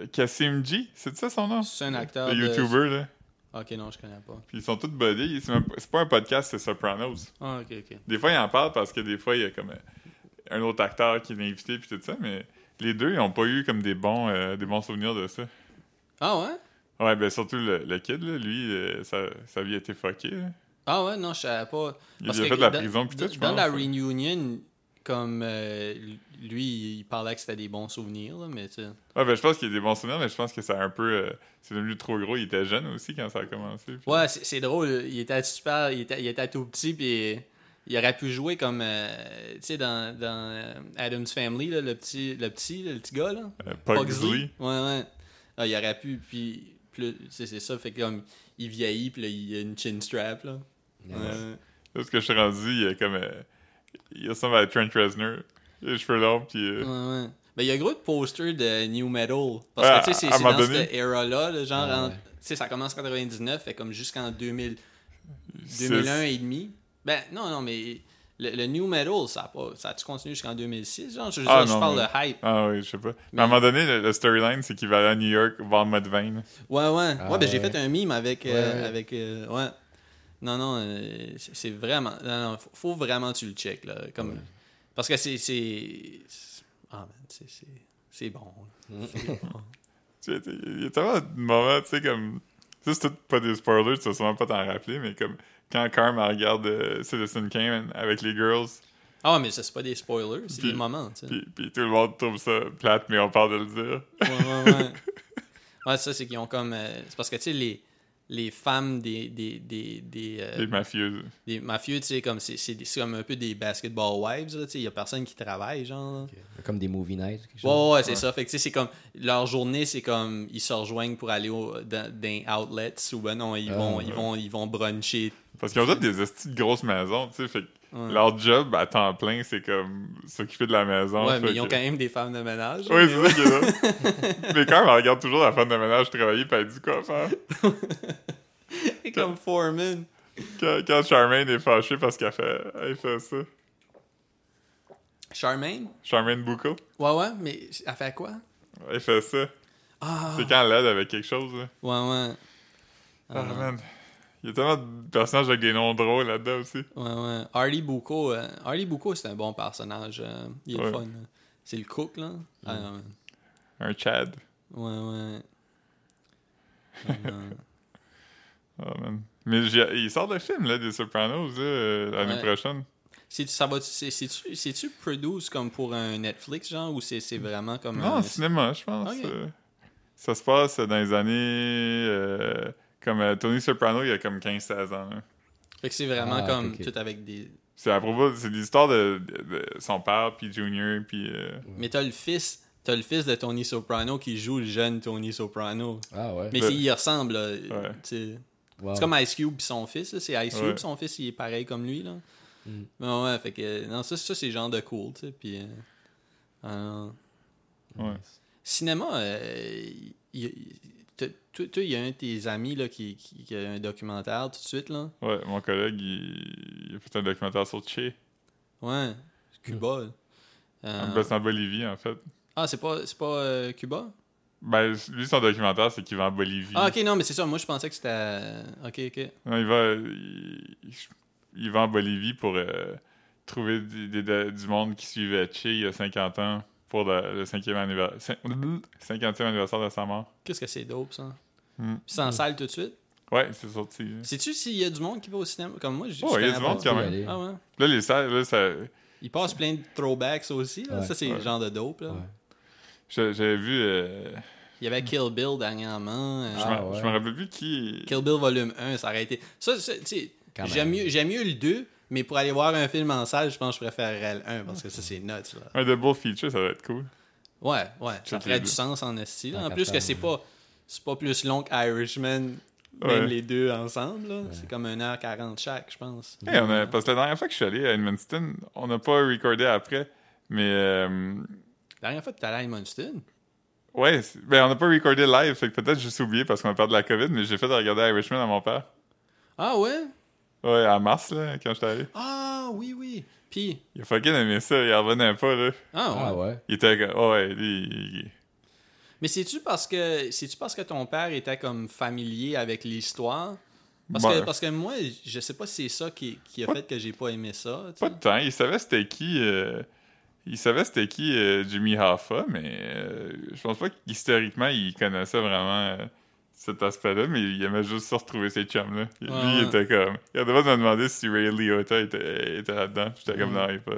Speaker 3: euh, Kassim G. C'est ça son nom?
Speaker 1: C'est un acteur.
Speaker 3: Le
Speaker 1: de-
Speaker 3: YouTuber, là.
Speaker 1: Ok, non, je connais pas.
Speaker 3: Puis ils sont tous buddies. C'est même pas- c'est pas un podcast, c'est Sopranos.
Speaker 1: Ah, ok, ok.
Speaker 3: Des fois, ils en parlent parce que des fois, il y a comme euh, un autre acteur qui est invité, puis tout ça, mais les deux, ils ont pas eu comme des bons, euh, des bons souvenirs de ça.
Speaker 1: Ah, ouais
Speaker 3: Ouais, ben surtout le, le kid, là, lui, euh, sa, sa vie a été fuckée. là.
Speaker 1: Ah, ouais, non, je savais pas.
Speaker 3: Il a
Speaker 1: Parce
Speaker 3: déjà
Speaker 1: que
Speaker 3: fait de la
Speaker 1: dans-
Speaker 3: prison, puis tout, je
Speaker 1: Dans
Speaker 3: pense. hein.
Speaker 1: la reunion, comme euh, lui, il parlait que c'était des bons souvenirs, là, mais tu sais.
Speaker 3: Ouais, ben je pense qu'il y a des bons souvenirs, mais je pense que c'est un peu. euh, c'est devenu trop gros, il était jeune aussi quand ça a commencé. puis-
Speaker 1: Ouais, c'est c'est drôle. Il était super, il était, il était tout petit, puis il aurait pu jouer comme, euh, tu sais, dans, dans euh, Adam's Family, là, le petit, le petit, le petit gars, là.
Speaker 3: euh, Pugsley.
Speaker 1: Ouais, ouais. Ah, il aurait pu, puis plus, tu sais, c'est ça, fait que comme, il vieillit, puis là, il a une chin strap, là.
Speaker 2: Ouais.
Speaker 1: Ouais.
Speaker 3: Là, ce que je suis rendu, il est comme. euh, il ressemble à Trent Reznor. Il a les cheveux longs, puis. euh,
Speaker 1: Ouais, ouais. Ben, il y a gros de posters de New Metal. Parce que,
Speaker 3: Ouais,
Speaker 1: tu sais,
Speaker 3: à-
Speaker 1: c'est
Speaker 3: à
Speaker 1: c'est
Speaker 3: un
Speaker 1: dans
Speaker 3: moment donné.
Speaker 1: cette era-là, là, genre,
Speaker 2: Ouais,
Speaker 1: en-
Speaker 2: ouais.
Speaker 1: tu sais, ça commence en 99, fait comme jusqu'en 2000.
Speaker 3: c'est-
Speaker 1: 2001 et demi. Ben, non, non, mais le, le new metal, ça a, pas, ça a-tu continué jusqu'en 2006? Genre, je, veux
Speaker 3: Ah,
Speaker 1: dire, je
Speaker 3: non,
Speaker 1: parle de hype.
Speaker 3: Ah oui, je sais pas. Mais à un moment donné, le, le storyline, c'est qu'il va aller à New York voir Mudvayne.
Speaker 1: Ouais, ouais.
Speaker 2: Ah,
Speaker 1: ouais, ben, j'ai
Speaker 2: ouais.
Speaker 1: fait un mime avec. euh,
Speaker 2: Ouais, ouais.
Speaker 1: avec euh, ouais. Non, non, euh, c'est c'est vraiment. Non, non, faut, faut vraiment que tu le check, là. Comme, Parce que c'est. c'est- Ah, man, c'est- c'est- c'est bon.
Speaker 3: Tu sais, Il y a tellement de moments, tu sais, comme. Ça, c'est tout pas des spoilers, tu vas sûrement pas t'en rappeler, mais comme quand Carm elle regarde euh, Citizen Kane avec les girls,
Speaker 1: Ah, ouais, mais ça, c'est pas des spoilers, c'est
Speaker 3: Puis-
Speaker 1: des moments, tu sais.
Speaker 3: puis puis tout le monde trouve ça plate, mais on parle de le dire.
Speaker 1: Ouais, ouais, ouais. Ouais, ça, c'est qu'ils ont comme. euh, c'est parce que, tu sais, les, les femmes des. des, des, des, euh,
Speaker 3: Les mafieux.
Speaker 1: des mafieux, tu sais, comme c'est, c'est, des- c'est comme un peu des basketball wives, là, tu sais, il y a personne qui travaille, genre.
Speaker 2: Comme des movie nights. quelque
Speaker 1: Ouais,
Speaker 2: chose.
Speaker 1: ouais, ouais, c'est ça. Fait que, tu sais, c'est comme, leur journée, c'est comme, ils se rejoignent pour aller au, dans, dans outlets, ou ben non, ils
Speaker 2: Ah,
Speaker 1: vont,
Speaker 2: ouais.
Speaker 1: ils vont, ils vont bruncher.
Speaker 3: Parce qu'ils ont toutes des estis de grosses maisons, tu sais. Fait que
Speaker 1: Ouais.
Speaker 3: leur job à temps plein, c'est comme s'occuper de la maison.
Speaker 1: ouais, mais
Speaker 3: fait
Speaker 1: ils ont
Speaker 3: que-
Speaker 1: quand même des femmes de ménage.
Speaker 3: Ah, Oui, c'est ça qui est là. mais quand on regarde toujours la femme de ménage travailler, pis elle dit quoi faire?
Speaker 1: c'est comme Foreman.
Speaker 3: Quand, quand Charmaine est fâchée parce qu'elle fait, elle fait ça.
Speaker 1: Charmaine?
Speaker 3: Charmaine Boucault,
Speaker 1: Ouais, ouais, mais elle fait quoi?
Speaker 3: elle fait ça.
Speaker 1: Ah!
Speaker 3: C'est quand elle l'aide avec quelque chose, là.
Speaker 1: Ouais, ouais.
Speaker 3: Ah,
Speaker 1: Ah,
Speaker 3: man. Il y a tellement de personnages avec des noms drôles là-dedans aussi.
Speaker 1: Ouais, ouais. Harley Bucco, euh, Harley Bucco, c'est un bon personnage. euh, il est le
Speaker 3: Ouais.
Speaker 1: fun. là. C'est le cook, là. Ah, non, man.
Speaker 3: Un Chad.
Speaker 1: ouais, ouais. Ah, non.
Speaker 3: Ah, man. Mais j'ai- il sort le film, là, des Sopranos, là, euh, l'année
Speaker 1: Ouais.
Speaker 3: prochaine.
Speaker 1: C'est ça va c'est c'est-tu c'est-tu produce comme pour un Netflix genre ou c'est c'est vraiment comme
Speaker 3: Non,
Speaker 1: un-
Speaker 3: au cinéma, je pense.
Speaker 1: Mm. Ok.
Speaker 3: euh, ça se passe dans les années... euh, comme euh, Tony Soprano, il y a comme 15-16 ans, là.
Speaker 1: fait que c'est vraiment
Speaker 2: Ah,
Speaker 1: comme
Speaker 2: ok, ok.
Speaker 1: tout avec des
Speaker 3: C'est à propos, c'est l'histoire de, de- de son père, puis Junior, puis... euh,
Speaker 1: mais t'as le fils t'as le fils de Tony Soprano qui joue le jeune Tony Soprano
Speaker 2: Ah ouais.
Speaker 1: mais
Speaker 3: Le-
Speaker 1: c'est- il ressemble là,
Speaker 3: Ouais.
Speaker 1: tu sais.
Speaker 2: Wow.
Speaker 1: c'est comme Ice Cube pis son fils là. c'est Ice Cube
Speaker 3: Ouais.
Speaker 1: son fils il est pareil comme lui là
Speaker 2: Mm.
Speaker 1: Mais ouais fait que euh, non ça ça c'est genre de cool tu sais puis euh, ah, non.
Speaker 3: ouais.
Speaker 1: cinéma euh, il- il- t'as- toi toi, il y a un de tes amis là qui, qui- qui a un documentaire tout de suite là
Speaker 3: Ouais, mon collègue, il, il a fait un documentaire sur Che,
Speaker 1: Ouais, c'est Cuba. là. Euh,
Speaker 3: en place en Bolivie, en fait.
Speaker 1: ah, c'est pas, c'est pas euh, Cuba?
Speaker 3: Ben, lui, son documentaire, c'est qu'il va en Bolivie.
Speaker 1: Ah, ok, non, mais c'est ça. Moi, je pensais que c'était. euh, Ok, ok.
Speaker 3: Non, il va... Il, il va en Bolivie pour euh, trouver du, des- de- du monde qui suivait Che il y a 50 ans pour le, le 5e anniversaire... 50e anniversaire de sa mort.
Speaker 1: Qu'est-ce que c'est dope, ça?
Speaker 3: Mm.
Speaker 1: Puis c'est en salle tout de suite.
Speaker 3: Ouais, c'est sorti. là.
Speaker 1: Sais-tu s'il y a du monde qui va au cinéma? Comme moi, je.
Speaker 3: Oh,
Speaker 1: je
Speaker 3: il y a
Speaker 1: connais
Speaker 3: du
Speaker 1: pas.
Speaker 3: monde qui- quand même.
Speaker 1: Ah, ouais.
Speaker 3: Là, les salles, là, ça...
Speaker 1: Il passe plein de throwbacks aussi. là.
Speaker 2: Ouais.
Speaker 1: Ça, c'est le
Speaker 3: Ouais.
Speaker 1: genre de dope. Là.
Speaker 2: Ouais.
Speaker 3: j'a- J'avais vu... euh,
Speaker 1: Il y avait Kill Bill dernièrement. euh,
Speaker 3: je
Speaker 2: Ah,
Speaker 3: me-
Speaker 2: ouais.
Speaker 3: je me rappelle plus qui...
Speaker 1: Kill Bill volume 1, ça aurait été. Ça, ça, tu sais,
Speaker 2: Quand
Speaker 1: j'aime
Speaker 2: même.
Speaker 1: mieux, j'aime mieux le 2, mais pour aller voir un film en salle, je pense que je préférerais le 1 parce que ça, c'est nuts. Là.
Speaker 3: Un double feature, ça va être cool.
Speaker 1: Ouais, ouais, ça
Speaker 3: Toutes les
Speaker 1: ferait du
Speaker 3: deux.
Speaker 1: sens en esti. là.
Speaker 2: Tant
Speaker 1: En
Speaker 2: qu'à
Speaker 1: plus que
Speaker 2: faire,
Speaker 1: c'est
Speaker 2: ouais.
Speaker 1: pas c'est pas plus long qu'Irishman, même
Speaker 3: Ouais.
Speaker 1: les deux ensemble. là. C'est comme 1h40 chaque, je pense.
Speaker 3: Hey, on a- parce que la dernière fois que je suis allé à Edmundston, on n'a pas recordé après, mais euh,
Speaker 1: La dernière fois que t'es allé à Edmundston,
Speaker 3: ouais, c'est- ben, on n'a pas recordé live, fait que peut-être juste oublié parce qu'on a peur de la COVID, mais j'ai fait de regarder Irishman à mon père.
Speaker 1: ah ouais?
Speaker 3: Ouais, en mars, là, quand j'étais allé.
Speaker 1: Ah oui, oui. Puis,
Speaker 3: Il a fucking aimé ça, il en revenait pas, là.
Speaker 1: ah ouais.
Speaker 2: Ah ouais.
Speaker 3: Il était comme, oh, ouais, lui, il- il-
Speaker 1: Mais c'est-tu parce que c'est-tu parce que ton père était comme familier avec l'histoire? Parce,
Speaker 3: Ouais.
Speaker 1: que, parce que moi, je sais pas si c'est ça qui, qui a
Speaker 3: Pas-
Speaker 1: fait que j'ai pas aimé ça. tu
Speaker 3: pas
Speaker 1: sais.
Speaker 3: de temps, il savait c'était qui, euh, il savait c'était qui euh, Jimmy Hoffa, mais euh, je pense pas qu'historiquement, il connaissait vraiment... euh, cet aspect-là, mais il aimait juste se retrouver ses chums là. Lui,
Speaker 1: Ouais,
Speaker 3: il
Speaker 1: ouais.
Speaker 3: était comme. Il a droit de me demander si Ray Liotta était, était là-dedans. Puis J'étais comme,
Speaker 1: Mm.
Speaker 3: non, il est pas.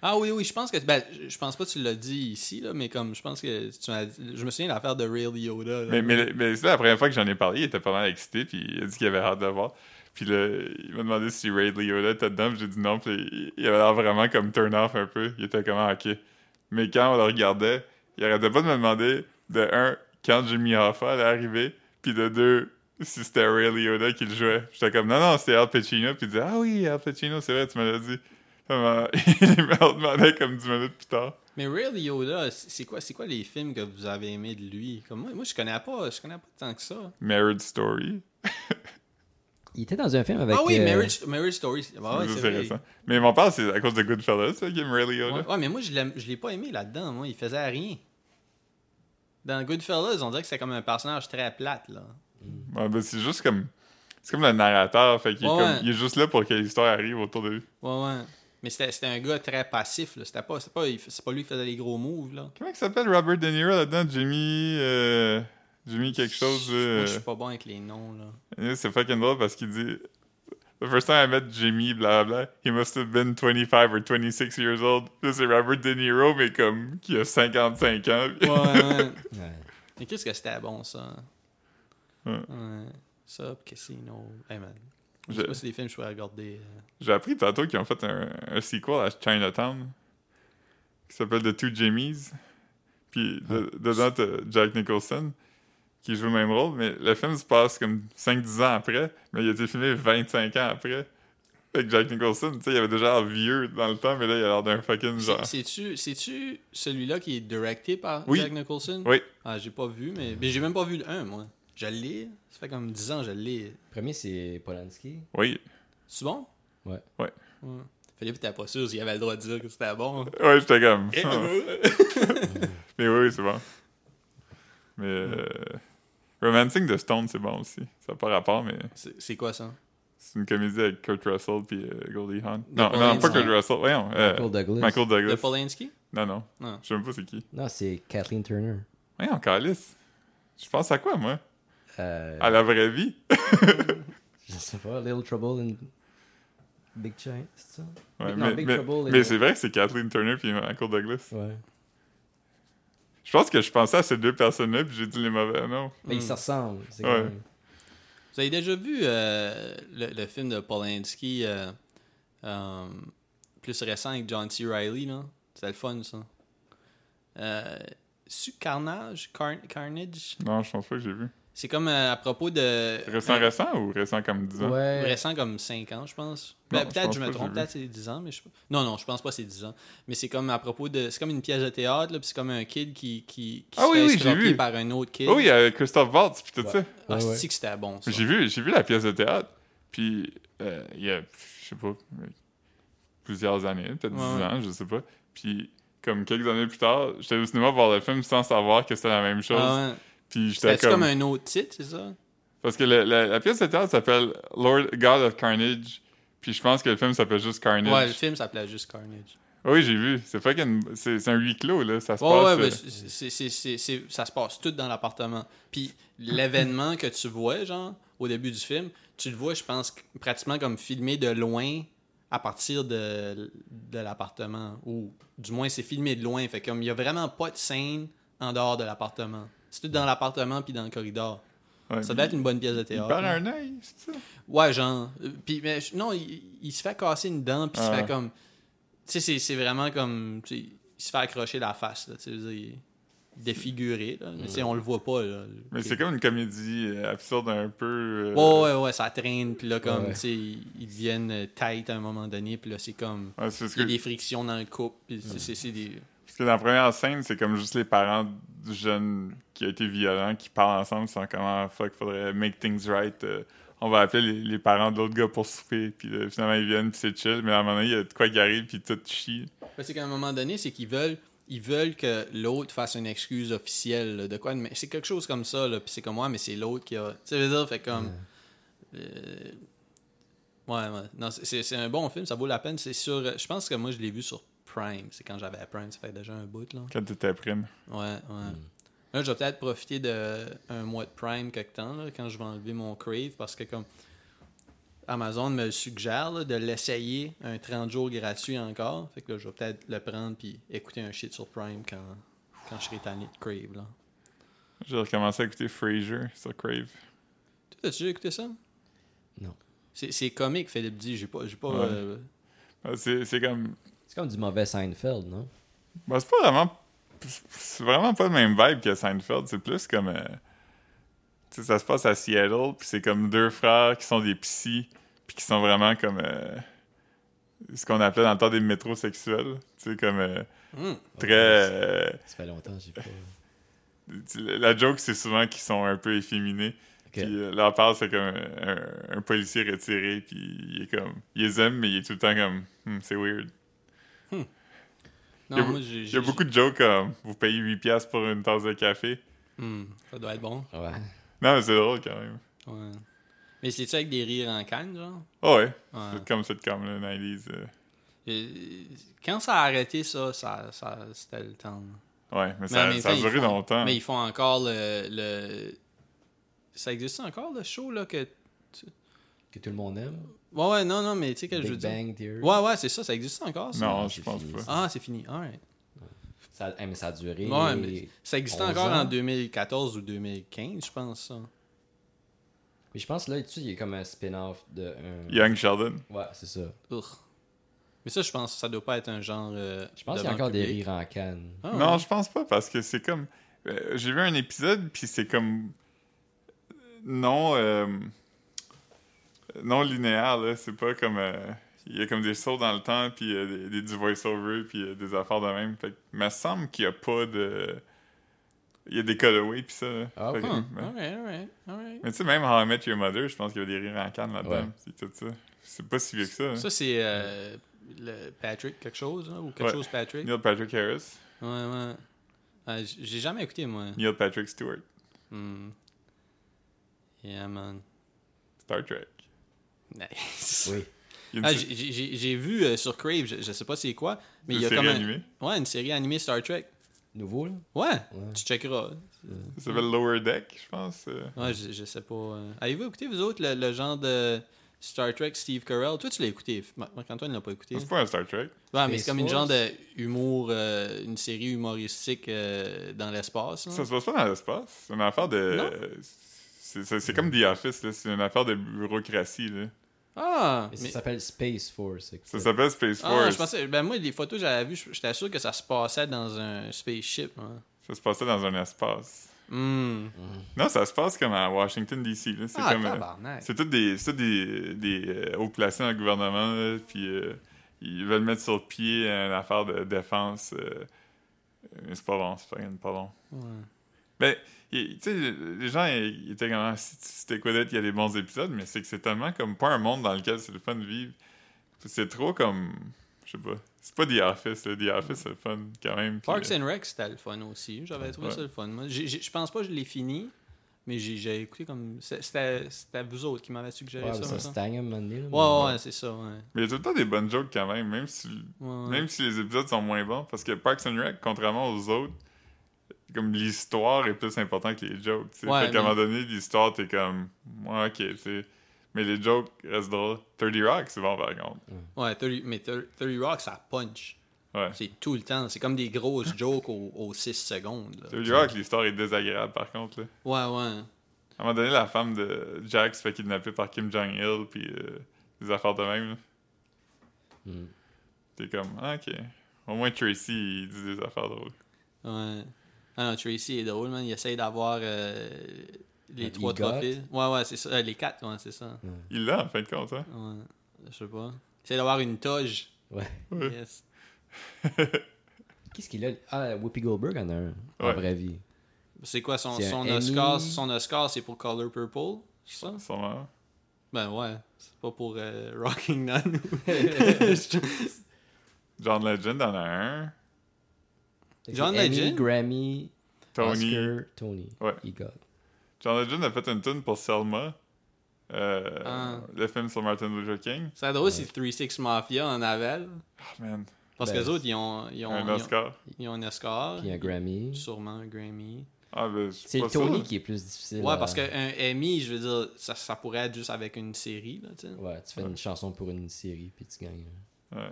Speaker 1: Ah oui, oui, je pense que. Ben, je- je pense pas que tu l'as dit ici, là, mais comme je pense que tu m'as dit- Je me souviens de l'affaire de Ray Liotta. là.
Speaker 3: Mais, mais, mais c'est la première fois que j'en ai parlé, il était pas mal excité, puis il a dit qu'il avait hâte de le voir. Puis là, il m'a demandé si Ray Liotta était dedans, puis j'ai dit non, puis il- il avait l'air vraiment comme turn off un peu. Il était comme, ah, ok. Mais quand on le regardait, il arrêtait pas de me demander, de un, quand Jimmy Hoffa allait arriver, puis de deux, si c'était Ray Liotta qui le jouait. J'étais comme, non, non, c'était Al Pacino, puis il disait, ah oui, Al Pacino, c'est vrai, tu me l'as dit. Ça m'a- Il me le demandait comme 10 minutes plus tard.
Speaker 1: Mais Real Yoda, c'est c'est quoi, c'est quoi les films que vous avez aimés de lui Comme moi, moi je connais pas, je connais pas tant que ça.
Speaker 3: Marriage Story.
Speaker 2: Il était dans un film avec.
Speaker 1: ah oui,
Speaker 2: euh,
Speaker 1: Marriage, Marriage Story. Ah ouais,
Speaker 3: Ça,
Speaker 1: c'est
Speaker 3: c'est
Speaker 1: vrai.
Speaker 3: récent. Mais mon père, c'est à cause de Goodfellas, ça, Game Ray Liotta.
Speaker 1: Ouais, ouais, mais moi je l'aime- je l'ai pas aimé là-dedans. Moi, il faisait rien. Dans Goodfellas, on dirait que c'est comme un personnage très plate là.
Speaker 3: Ouais, ben, c'est juste comme. C'est comme le narrateur, fait qu'il est,
Speaker 1: Ouais,
Speaker 3: comme-
Speaker 1: ouais.
Speaker 3: il est juste là pour que l'histoire arrive autour de lui.
Speaker 1: Ouais, ouais. Mais c'était c'était un gars très passif. là. C'était pas, c'était pas, il f- c'est pas lui qui faisait les gros moves là.
Speaker 3: Comment il s'appelle Robert De Niro là-dedans Jimmy. euh, Jimmy quelque chose.
Speaker 1: Moi,
Speaker 3: euh,
Speaker 1: je suis pas bon avec les noms là.
Speaker 3: euh, C'est fucking drôle parce qu'il dit. The first time I met Jimmy, blablabla, he must have been 25 or 26 years old. Là, c'est Robert De Niro, mais comme, qui a 55 ans.
Speaker 1: Ouais, ouais.
Speaker 2: ouais.
Speaker 1: Mais qu'est-ce que c'était bon ça
Speaker 3: Ouais.
Speaker 1: Ouais. Sub, Casino. Hey man. Je sais
Speaker 3: Je-
Speaker 1: pas si des films que je pourrais regarder. euh.
Speaker 3: J'ai appris tantôt qu'ils ont fait un, un sequel à Chinatown qui s'appelle The Two Jamies. Puis de- dedans, t'as Jack Nicholson qui joue le même rôle, mais le film se passe comme 5-10 ans après, mais il a été filmé 25 ans après. Fait que Jack Nicholson, tu sais, il avait déjà l'air vieux dans le temps, mais là, il a l'air d'un fucking genre.
Speaker 1: C'est- C'est-tu c'est-tu celui-là qui est directé par
Speaker 3: Oui.
Speaker 1: Jack Nicholson?
Speaker 3: Oui.
Speaker 1: Ah, j'ai pas vu, mais, mais j'ai même pas vu le 1, moi. Je l'ai. Ça fait comme 10 ans que je l'ai.
Speaker 2: Premier, c'est Polanski.
Speaker 3: Oui.
Speaker 1: C'est bon?
Speaker 2: Ouais.
Speaker 3: Ouais.
Speaker 1: Ouais. Philippe était pas sûr s'il avait le droit de dire que c'était bon.
Speaker 3: Ouais, j'étais comme.
Speaker 1: Eh,
Speaker 3: Hum.
Speaker 1: euh,
Speaker 3: mais oui, oui, c'est bon. Mais. euh, Romancing the Stone, c'est bon aussi. Ça n'a pas rapport, mais.
Speaker 1: c'est c'est quoi ça?
Speaker 3: C'est une comédie avec Kurt Russell puis euh, Goldie Hawn.
Speaker 1: De
Speaker 3: Non,
Speaker 1: Paul
Speaker 3: non,
Speaker 1: Heinz,
Speaker 3: pas Kurt
Speaker 1: ouais.
Speaker 3: Russell. Voyons. euh,
Speaker 2: Michael Douglas.
Speaker 3: Michael
Speaker 1: De
Speaker 3: Douglas.
Speaker 1: Polanski?
Speaker 3: Non, non.
Speaker 1: Non.
Speaker 3: Je sais même pas c'est qui.
Speaker 2: Non, c'est Kathleen Turner.
Speaker 3: Voyons, Calice. Je pense à quoi, moi
Speaker 2: Euh,
Speaker 3: À la vraie vie
Speaker 2: Je sais pas, Little Trouble in Big China, c'est ça?
Speaker 3: Ouais,
Speaker 2: non,
Speaker 3: Mais,
Speaker 2: Big
Speaker 3: mais-
Speaker 2: Trouble et-
Speaker 3: mais c'est vrai que c'est Kathleen Turner puis Michael Douglas.
Speaker 2: Ouais.
Speaker 3: Je pense que je pensais à ces deux personnes-là puis j'ai dit les mauvais noms.
Speaker 2: Mais
Speaker 1: Hmm.
Speaker 2: ils se ressemblent. C'est
Speaker 3: Ouais.
Speaker 2: comme-
Speaker 1: Vous avez déjà vu euh, le, le film de Polanski euh, euh, plus récent avec John C. Reilly, là? C'était le fun, ça. Euh, Su Carnage? Carn- Carnage?
Speaker 3: Non, je pense pas que j'ai vu.
Speaker 1: C'est comme euh, à propos de...
Speaker 3: Récent,
Speaker 1: un-
Speaker 3: récent ou récent comme 10 ans
Speaker 2: Ouais.
Speaker 1: récent comme 5 ans, je pense. Ben,
Speaker 3: Non, je
Speaker 1: peut-être
Speaker 3: pense
Speaker 1: je me
Speaker 3: pas que
Speaker 1: trompe,
Speaker 3: j'ai
Speaker 1: peut-être c'est 10 ans, mais je Non, non, je pense pas que c'est 10 ans. Mais c'est comme à propos de. C'est comme une pièce de théâtre, là, puis c'est comme un kid qui, qui, qui
Speaker 3: Ah oui,
Speaker 1: fait
Speaker 3: oui, j'ai
Speaker 1: escroquer
Speaker 3: vu.
Speaker 1: par un autre kid.
Speaker 3: Oh, il y a Christophe Waltz puis tout
Speaker 2: Ouais.
Speaker 3: ça.
Speaker 1: Ah,
Speaker 2: Ouais, ouais.
Speaker 1: c'est que c'était bon, ça.
Speaker 3: J'ai vu, j'ai vu la pièce de théâtre, puis euh, il y a, je sais pas, euh, plusieurs années, peut-être
Speaker 1: Ouais,
Speaker 3: 10
Speaker 1: ouais.
Speaker 3: ans, je sais pas. Puis comme quelques années plus tard, j'étais au cinéma voir le film sans savoir que c'était la même chose.
Speaker 1: Ah, ouais.
Speaker 3: Puis j'étais
Speaker 1: C'était
Speaker 3: comme...
Speaker 1: comme... un autre titre, c'est ça?
Speaker 3: Parce que le- la, la pièce de théâtre s'appelle Lord God of Carnage, puis je pense que le film s'appelle juste Carnage.
Speaker 1: Ouais, le film s'appelait juste Carnage.
Speaker 3: Ah Oui, j'ai vu. C'est fucking... C'est c'est un huis clos, là. Ça se
Speaker 1: Ouais, ouais,
Speaker 3: passe...
Speaker 1: ben,
Speaker 3: euh,
Speaker 1: c'est- c'est- c'est- c'est- c'est- ça se passe tout dans l'appartement. Puis l'événement que tu vois, genre, au début du film, tu le vois, je pense, pratiquement comme filmé de loin à partir de, de l'appartement. Ou du moins, c'est filmé de loin. Fait comme, il n'y a vraiment pas de scène en dehors de l'appartement. C'est tout dans l'appartement puis dans le corridor.
Speaker 3: ouais,
Speaker 1: Ça doit être
Speaker 3: puis
Speaker 1: une bonne pièce de
Speaker 3: Il
Speaker 1: théâtre.
Speaker 3: parle un œil, c'est ça?
Speaker 1: Ouais, genre. Euh, Puis, mais, je- non, il, il se fait casser une dent, puis il
Speaker 3: Ah.
Speaker 1: se fait comme. Tu sais, c'est- c'est vraiment comme. tu sais, Il se fait accrocher la face, là. Tu sais, je veux dire, il est défiguré, là. Mais tu sais, on le voit pas, là.
Speaker 3: Mais c'est comme une comédie euh, absurde un peu... euh,
Speaker 1: Ouais, ouais, ouais, ça traîne, puis là, comme,
Speaker 2: Ouais.
Speaker 1: tu sais, ils ils deviennent euh, tight à un moment donné, puis là, c'est comme.
Speaker 3: ouais, c'est parce
Speaker 1: Il y a
Speaker 3: que-
Speaker 1: des frictions dans le couple, puis c'est- c'est c'est des.
Speaker 3: Parce que dans la première scène, c'est comme juste les parents du jeune qui a été violent qui parlent ensemble sans comment fuck faudrait make things right. euh, on va appeler les, les parents de l'autre gars pour souper. Puis euh, finalement ils viennent puis c'est chill. Mais à un moment donné il y a de quoi qui arrive puis tout chie.
Speaker 1: Parce qu'à un moment donné, c'est qu'ils veulent, ils veulent que l'autre fasse une excuse officielle là, de quoi. Mais c'est quelque chose comme ça, là. Puis c'est comme moi, mais c'est l'autre qui a. Tu sais, je veux dire, fait comme. euh, Ouais, ouais. Non, c'est- c'est c'est un bon film, ça vaut la peine. C'est sur. Je pense que moi, je l'ai vu sur Prime. C'est quand j'avais Prime, ça fait déjà un bout, là.
Speaker 3: Quand t'étais prime.
Speaker 1: Ouais, ouais. Là, je vais peut-être profiter d'un mois de Prime quelque temps, là, quand je vais enlever mon Crave, parce que comme Amazon me le suggère là, de l'essayer un 30 jours gratuit encore. Fait que là, je vais peut-être le prendre puis écouter un shit sur Prime quand, quand je serai tanné de Crave. Là.
Speaker 3: J'ai recommencé à écouter Frasier sur Crave.
Speaker 1: Toi, as-tu déjà écouté ça?
Speaker 2: Non.
Speaker 1: C'est c'est comique, Philippe dit. J'ai pas. J'ai pas
Speaker 3: Ouais.
Speaker 1: euh,
Speaker 3: Ah, C'est c'est comme.
Speaker 2: C'est comme du mauvais Seinfeld, non?
Speaker 3: bah, c'est pas vraiment. C'est vraiment pas le même vibe que Seinfeld. C'est plus comme. euh, tu sais, ça se passe à Seattle, puis c'est comme deux frères qui sont des psys, puis qui sont vraiment comme. euh, ce qu'on appelait dans le temps des métrosexuels. Tu sais, comme. euh,
Speaker 1: hmm.
Speaker 3: très. euh,
Speaker 2: Ça fait longtemps, j'ai pas. Ok.
Speaker 3: tu- la joke, c'est souvent qu'ils sont un peu efféminés. Puis euh, leur part, c'est comme euh, un, un policier retiré, puis il est comme. Ils les aiment, mais il est tout le temps comme. Hmm, c'est weird.
Speaker 1: Non,
Speaker 3: Il y a
Speaker 1: moi,
Speaker 3: beau-
Speaker 1: j'ai.
Speaker 3: Il y a beaucoup de jokes comme. Vous payez 8$ piastres pour une tasse de café.
Speaker 1: Hmm, ça doit être bon.
Speaker 2: Ouais.
Speaker 3: Non, mais c'est drôle quand même.
Speaker 1: Ouais. Mais c'est-tu avec des rires en canne, genre?
Speaker 3: Ah ouais,
Speaker 1: Ouais.
Speaker 3: c'est comme cette cam là 90s. euh,
Speaker 1: Et- Quand ça a arrêté, ça, ça, ça- c'était le temps.
Speaker 3: Ouais, mais,
Speaker 1: Mais en
Speaker 3: ça,
Speaker 1: même
Speaker 3: ça a
Speaker 1: temps, ils
Speaker 3: duré
Speaker 1: font-
Speaker 3: longtemps.
Speaker 1: Mais ils font encore le. le- Ça existe encore le show là que.
Speaker 2: Que tout le monde aime.
Speaker 1: Ouais, ouais, non, non, mais tu sais que je veux
Speaker 2: Big
Speaker 1: dire.
Speaker 2: Bang Theory.
Speaker 1: Ouais, ouais, c'est ça, ça existe encore ça.
Speaker 3: Non,
Speaker 2: Non,
Speaker 3: je
Speaker 2: c'est
Speaker 3: pense
Speaker 2: fini,
Speaker 3: pas.
Speaker 2: ça.
Speaker 1: Ah, c'est fini, alright.
Speaker 2: Ça, eh, mais ça a duré.
Speaker 1: Ouais, mais ça existe
Speaker 2: 11
Speaker 1: encore
Speaker 2: ans.
Speaker 1: en 2014 ou 2015, je pense ça.
Speaker 2: Mais je pense là, dessus il est comme un spin-off de
Speaker 1: Ah.
Speaker 2: un.
Speaker 3: Young Sheldon.
Speaker 2: Ouais, c'est ça.
Speaker 1: Ugh. Mais ça, je pense que ça doit pas être un genre. euh,
Speaker 2: Je pense qu'il y a
Speaker 1: devant
Speaker 2: encore
Speaker 1: le
Speaker 2: des
Speaker 1: public.
Speaker 2: rires en canne.
Speaker 1: Ah,
Speaker 3: Non,
Speaker 1: ouais.
Speaker 3: je pense pas parce que c'est comme. euh, J'ai vu un épisode, puis c'est comme. Non. euh, Non linéaire, là. C'est pas comme. euh, Il y a comme des sauts dans le temps, puis euh, des, des- du voice-over, puis euh, des affaires de même. Fait que, mais il semble qu'il y a pas de. Il y a des cutaways, puis ça. là.
Speaker 2: Ah,
Speaker 3: Fait que-
Speaker 1: Ah,
Speaker 3: Hein, ouais.
Speaker 1: alright, alright, alright.
Speaker 3: Mais tu sais, même How I Met Your Mother, je pense qu'il y a des rires en canne là-dedans.
Speaker 2: Ouais.
Speaker 3: C'est tout ça. C'est pas si vieux que ça. hein.
Speaker 1: Ça, c'est euh, le Patrick, quelque chose, hein, ou quelque
Speaker 3: Ouais.
Speaker 1: chose Patrick.
Speaker 3: Neil Patrick Harris,
Speaker 1: Ouais, ouais. Ah, j- J'ai jamais écouté, moi.
Speaker 3: Neil Patrick Stewart,
Speaker 1: Hmm. Yeah, man.
Speaker 3: Star Trek.
Speaker 1: Nice.
Speaker 2: Oui.
Speaker 3: Il y a
Speaker 1: Ah,
Speaker 3: une sé-
Speaker 1: j'ai- j'ai j'ai- j'ai vu euh, sur Crave, je, je sais pas c'est quoi, mais
Speaker 3: une
Speaker 1: il y a
Speaker 3: série
Speaker 1: comme un-
Speaker 3: animée.
Speaker 1: ouais, une série animée Star Trek.
Speaker 2: Nouveau, là.
Speaker 1: Ouais,
Speaker 2: Ouais.
Speaker 1: tu checkeras.
Speaker 3: Ça s'appelle Lower Deck, je pense. euh.
Speaker 1: Ouais, je, je sais pas. euh. Avez-vous écouté, vous autres, le, le genre de Star Trek Steve Carell Toi, tu l'as écouté. Mar- Marc-Antoine l'a pas écouté.
Speaker 3: C'est pas un Star Trek.
Speaker 1: Ouais, mais c'est comme une
Speaker 2: Space
Speaker 1: genre
Speaker 2: Force.
Speaker 1: de humour, euh, une série humoristique euh, dans l'espace. là.
Speaker 3: Ça se passe pas dans l'espace. C'est une affaire
Speaker 1: Non.
Speaker 3: de. C'est c'est- c'est comme The Office, là. c'est une affaire de bureaucratie. Là.
Speaker 1: Ah,
Speaker 2: Mais ça
Speaker 1: mais-
Speaker 2: s'appelle Space Force.
Speaker 3: Ça s'appelle Space Force.
Speaker 1: ah, je pensais, ben moi, les photos que j'avais vues, je- j'étais sûr que ça se passait dans un spaceship. hein.
Speaker 3: Ça se passait dans un espace.
Speaker 1: Hmm.
Speaker 3: Non, ça se passe comme à Washington, D.C. là. C'est
Speaker 1: Ah,
Speaker 3: comme. euh,
Speaker 1: tabarnak.
Speaker 3: C'est tous des, c'est tous des, des euh, hauts placés dans le gouvernement, là, puis euh, ils veulent mettre sur pied une affaire de défense. euh, mais c'est pas bon, c'est pas, pas bon.
Speaker 1: Ouais.
Speaker 3: Ben, il- tu sais, les gens ils, ils étaient comme Ah, si- c'était quoi d'être, il y a des bons épisodes, mais c'est que c'est tellement comme pas un monde dans lequel c'est le fun de vivre. C'est trop comme. Je sais pas. C'est pas The Office, là. The Office, c'est le fun quand même. puis,
Speaker 1: Parks
Speaker 3: euh,
Speaker 1: and Rec, c'était le fun aussi. J'avais trouvé
Speaker 3: Ouais.
Speaker 1: ça le fun. Moi, j'ai- j'ai- je pense pas que je l'ai fini, mais j'ai- j'ai écouté comme. c'est- C'était c'était vous autres qui m'avez suggéré
Speaker 2: Ouais,
Speaker 1: ça.
Speaker 2: mais ça
Speaker 1: me
Speaker 2: se
Speaker 1: semble.
Speaker 2: stagne à un moment donné, là.
Speaker 1: Ouais, ouais, c'est ça. Ouais.
Speaker 3: Mais il y a tout le temps des bonnes jokes quand même, même si,
Speaker 1: Ouais, ouais.
Speaker 3: même si les épisodes sont moins bons. Parce que Parks and Rec, contrairement aux autres, comme l'histoire est plus importante que les jokes. tu sais.
Speaker 1: Ouais,
Speaker 3: fait qu'à un
Speaker 1: mais-
Speaker 3: moment donné, l'histoire, t'es comme. Ouais, ok, tu sais. Mais les jokes restent drôles. 30 Rock, c'est bon par contre.
Speaker 1: Ouais, 30, mais 30, 30 Rock, ça punch.
Speaker 3: Ouais.
Speaker 1: C'est tout le temps. C'est comme des grosses jokes aux, 6 secondes. là.
Speaker 3: 30 Rock, l'histoire est désagréable par contre. là.
Speaker 1: Ouais, ouais.
Speaker 3: À un moment donné, la femme de Jack se fait kidnapper par Kim Jong-il, puis euh, des affaires de même. là.
Speaker 1: Hmm.
Speaker 2: Mm.
Speaker 3: T'es comme, ah, ok. Au moins Tracy, il dit des affaires drôles.
Speaker 1: Ouais. Ah non, Tracy est drôle, man. Il essaye d'avoir euh, les
Speaker 2: Un
Speaker 1: trois
Speaker 2: EGOT.
Speaker 1: trophées. Ouais, ouais, c'est ça. Euh, les quatre, ouais, c'est ça.
Speaker 3: Il l'a, en fin de compte, hein.
Speaker 2: Mm.
Speaker 1: Ouais. Je sais pas. Il essaye d'avoir une toge.
Speaker 2: Ouais.
Speaker 3: Ouais.
Speaker 1: Yes. Ah.
Speaker 2: Qu'est-ce qu'il a Ah, Whoopi Goldberg en a un. En
Speaker 3: Ouais.
Speaker 2: vraie vie.
Speaker 1: C'est quoi son,
Speaker 2: C'est un
Speaker 1: son
Speaker 2: Emmy.
Speaker 1: Oscar Son Oscar, c'est pour Color Purple c'est ça?
Speaker 3: Sûrement.
Speaker 1: Ben ouais, c'est pas pour euh, Rocking Nun. Je-
Speaker 3: John Legend en a un.
Speaker 2: Fait que
Speaker 1: John
Speaker 2: c'est Emmy,
Speaker 1: Legend?
Speaker 2: Grammy,
Speaker 3: Tony.
Speaker 2: Oscar, Tony.
Speaker 3: Ouais.
Speaker 2: He got.
Speaker 3: John Legend a fait une tune pour Selma. Euh,
Speaker 1: Ah.
Speaker 3: Le film sur Martin Luther King.
Speaker 1: c'est drôle si 3-6 Mafia en avait.
Speaker 3: Ah, man.
Speaker 1: Parce que
Speaker 2: Ben,
Speaker 1: les autres, ils ont, ils ont,
Speaker 3: un
Speaker 1: ils ont-
Speaker 3: Oscar.
Speaker 1: ils ont un Oscar.
Speaker 2: Puis un Grammy.
Speaker 1: Sûrement un Grammy.
Speaker 3: Ah, ben, je suis
Speaker 2: C'est
Speaker 3: pas
Speaker 2: le Tony
Speaker 3: sûr.
Speaker 2: qui est plus difficile.
Speaker 1: Ouais,
Speaker 2: à-
Speaker 1: parce qu'un Emmy, je veux dire, ça, ça pourrait être juste avec une série. Là, tu sais.
Speaker 2: Ouais, tu fais une chanson pour une série, puis tu gagnes. un.
Speaker 3: Ouais.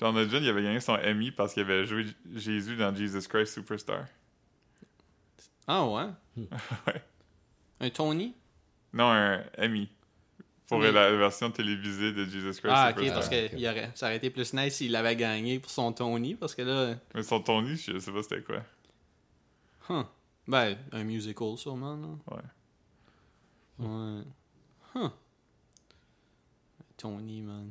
Speaker 3: John Legend, il avait gagné son Emmy parce qu'il avait joué J- Jésus dans Jesus Christ Superstar.
Speaker 1: Ah ouais?
Speaker 3: Ouais.
Speaker 1: Un Tony?
Speaker 3: Non, un Emmy. Pour
Speaker 1: Oui.
Speaker 3: la version télévisée de Jesus Christ
Speaker 1: Ah, ok,
Speaker 3: Superstar.
Speaker 1: parce que
Speaker 2: ok.
Speaker 1: il aurait, ça aurait été plus nice s'il l'avait gagné pour son Tony, parce que là,
Speaker 3: Mais son Tony, je sais pas c'était quoi.
Speaker 1: huh, ben, un musical sûrement, non?
Speaker 3: Ouais.
Speaker 1: Ouais. Huh. Tony, man.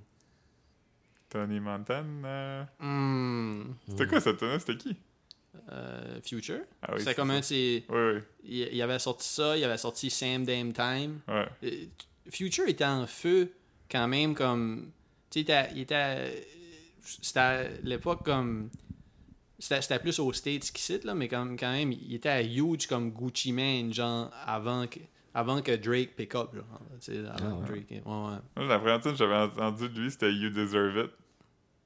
Speaker 3: Tony Montana.
Speaker 1: Hmm.
Speaker 3: C'était quoi cette tune C'était qui
Speaker 1: Euh, Future?
Speaker 3: Ah oui,
Speaker 1: C'était
Speaker 3: c'est
Speaker 1: comme
Speaker 3: ça.
Speaker 1: un de ses-
Speaker 3: Oui, oui.
Speaker 1: Il il avait sorti ça, il avait sorti Same Dame Time.
Speaker 3: Ouais.
Speaker 1: Euh, Future était en feu quand même comme tu sais il était- il était euh, c'était à l'époque comme c'était c'était plus aux States qu'ici là mais comme quand même il était huge comme Gucci Mane genre avant que avant que Drake pick up genre tu sais avant
Speaker 2: Ah,
Speaker 1: que
Speaker 2: ouais.
Speaker 1: Drake ouais ouais
Speaker 3: Moi, la première tune que j'avais entendu de lui, c'était You Deserve It.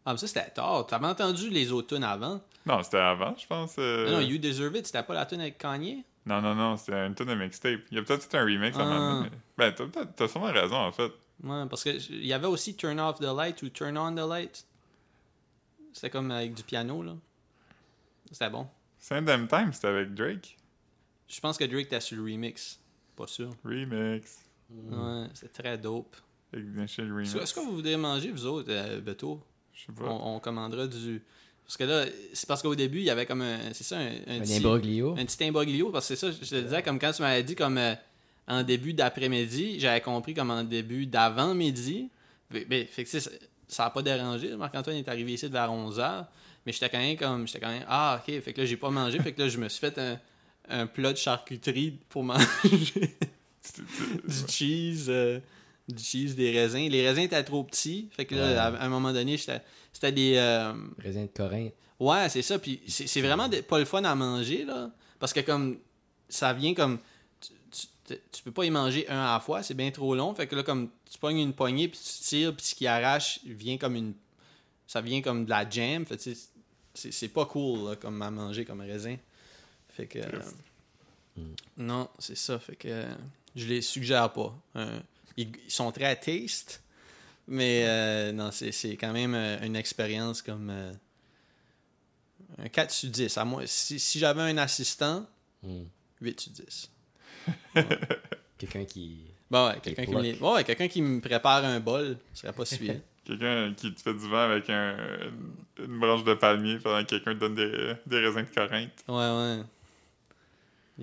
Speaker 1: ah mais ça c'était tard t'avais entendu les autres tunes avant
Speaker 3: Non, c'était avant, je pense. euh.
Speaker 1: Ah non You Deserve It c'était pas la tune avec Kanye
Speaker 3: Non, non, non, c'était une tune de mixtape. Il y a peut-être tout un remix à
Speaker 1: Ah.
Speaker 3: un moment donné. Ben, t'as, peut-être- t'as sûrement raison, en fait.
Speaker 1: ouais parce que il y avait aussi Turn Off the Light ou Turn On the Light c'était comme avec du piano là c'était bon
Speaker 3: Same Damn Time, c'était avec Drake.
Speaker 1: je pense que Drake était sur le remix Pas sûr.
Speaker 3: Remix.
Speaker 1: Ouais, c'est très dope.
Speaker 3: Ignition Remix.
Speaker 1: Est-ce que vous voudriez manger, vous autres, euh, Beto?
Speaker 3: Je sais pas.
Speaker 1: On, on commandera du. Parce que là, c'est parce qu'au début, il y avait comme un. C'est ça, un, un
Speaker 2: Un
Speaker 1: petit.
Speaker 2: imbroglio.
Speaker 1: Un petit imbroglio, parce que c'est ça, je te le disais, comme quand tu m'avais dit, comme euh, en début d'après-midi, j'avais compris comme en début d'avant-midi. Fait- ben, fait que tu sais, ça- ça n'a pas dérangé. Marc-Antoine est arrivé ici vers 11h, mais j'étais quand même comme. J'étais quand même. Ah, ok, fait que là, j'ai pas mangé, fait que là, je me suis fait un, un plat de charcuterie pour manger
Speaker 3: Tu- tu-
Speaker 1: du cheese, euh, du cheese, des raisins. Les raisins étaient trop petits. Fait que là,
Speaker 2: Ouais.
Speaker 1: à, à un moment donné, j'étais- c'était des. euh,
Speaker 2: Raisin de Corinthe.
Speaker 1: Ouais, c'est ça. Puis c'est c'est vraiment des- pas le fun à manger, là. Parce que comme. Ça vient comme. Tu, tu- tu peux pas y manger un à la fois, c'est bien trop long. Fait que là, comme tu pognes une poignée, puis tu tires, puis ce qui arrache vient comme une. Ça vient comme de la jam. Fait que tu sais, c'est c'est pas cool, là, comme à manger comme raisin. Fait que. euh, non, c'est ça. Fait que euh, je les suggère pas. Euh, ils, ils sont très taste, mais euh, non, c'est, c'est quand même euh, une expérience comme euh, un 4 sur 10. À moi, si, si j'avais un assistant,
Speaker 2: Hmm.
Speaker 1: 8 sur 10.
Speaker 2: Quelqu'un qui.
Speaker 1: Bon, Bah ouais, quelqu'un,
Speaker 2: Et
Speaker 1: qui me, les- ouais, quelqu'un qui me prépare un bol, ce serait pas si pire.
Speaker 3: Quelqu'un qui te fait du vent avec un- une branche de palmier pendant que quelqu'un te donne des, des raisins de Corinthe.
Speaker 1: Ouais, ouais.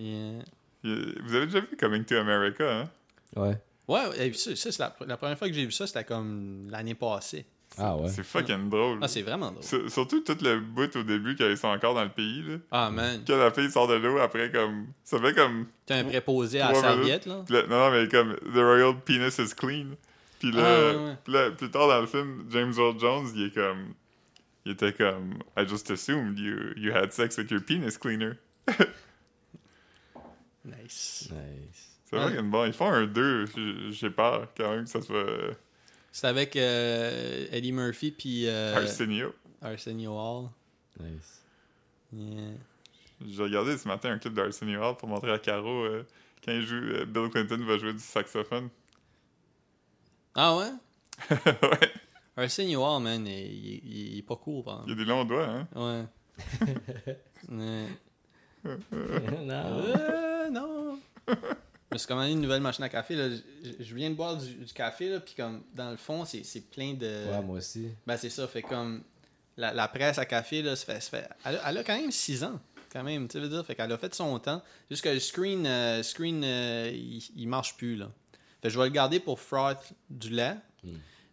Speaker 1: Yeah.
Speaker 3: Il- Vous avez déjà vu Coming to America, hein?
Speaker 2: Ouais.
Speaker 1: Ouais, ouais, et puis ça, ça, c'est la, la première fois que j'ai vu ça, c'était comme l'année passée.
Speaker 2: Ah ouais.
Speaker 3: C'est fucking drôle.
Speaker 1: Ah, c'est vraiment drôle.
Speaker 3: Sur- Surtout tout le bout au début qu'ils sont encore dans le pays, là.
Speaker 1: Ah, man.
Speaker 3: Que la fille sort de l'eau après comme... Ça fait comme...
Speaker 1: T'as un préposé à la
Speaker 3: Trois minutes.
Speaker 1: serviette, là?
Speaker 3: Puis là- non, non, mais comme The Royal Penis is Clean. Puis là,
Speaker 1: Ah, ouais, ouais.
Speaker 3: puis là, plus tard dans le film, James Earl Jones, il est comme. Il était comme. I just assumed you, you had sex with your penis cleaner.
Speaker 1: Nice.
Speaker 2: Nice.
Speaker 3: C'est
Speaker 1: Ouais.
Speaker 3: vrai qu'il bon. Ils font un 2. J'ai peur quand même que ça
Speaker 1: Euh.
Speaker 3: soit
Speaker 1: C'est avec euh, Eddie Murphy puis euh,
Speaker 3: Arsenio.
Speaker 1: Arsenio Hall.
Speaker 2: Nice.
Speaker 1: Yeah.
Speaker 3: J'ai regardé ce matin un clip d'Arsenio Hall pour montrer à Caro euh, quand il joue. euh, Bill Clinton va jouer du saxophone.
Speaker 1: Ah ouais?
Speaker 3: ouais.
Speaker 1: Arsenio Hall, man, il, il- il- il est pas cool, par
Speaker 3: Il y a des longs doigts, hein.
Speaker 1: exemple. Ouais. Ouais.
Speaker 2: non.
Speaker 1: Euh, non! Je me suis commandé une nouvelle machine à café. Là. Je, je viens de boire du, du café, là, puis comme, dans le fond, c'est c'est plein de...
Speaker 2: Ouais, moi aussi.
Speaker 1: Ben, c'est ça, fait comme la, la presse à café, là, ça fait, ça fait- elle, a- elle a quand même 6 ans, quand même, tu veux dire, fait qu'elle a fait son temps. Juste que le screen, euh, screen euh, il, il marche plus, là. Fait que je vais le garder pour froth du lait,
Speaker 2: Mm.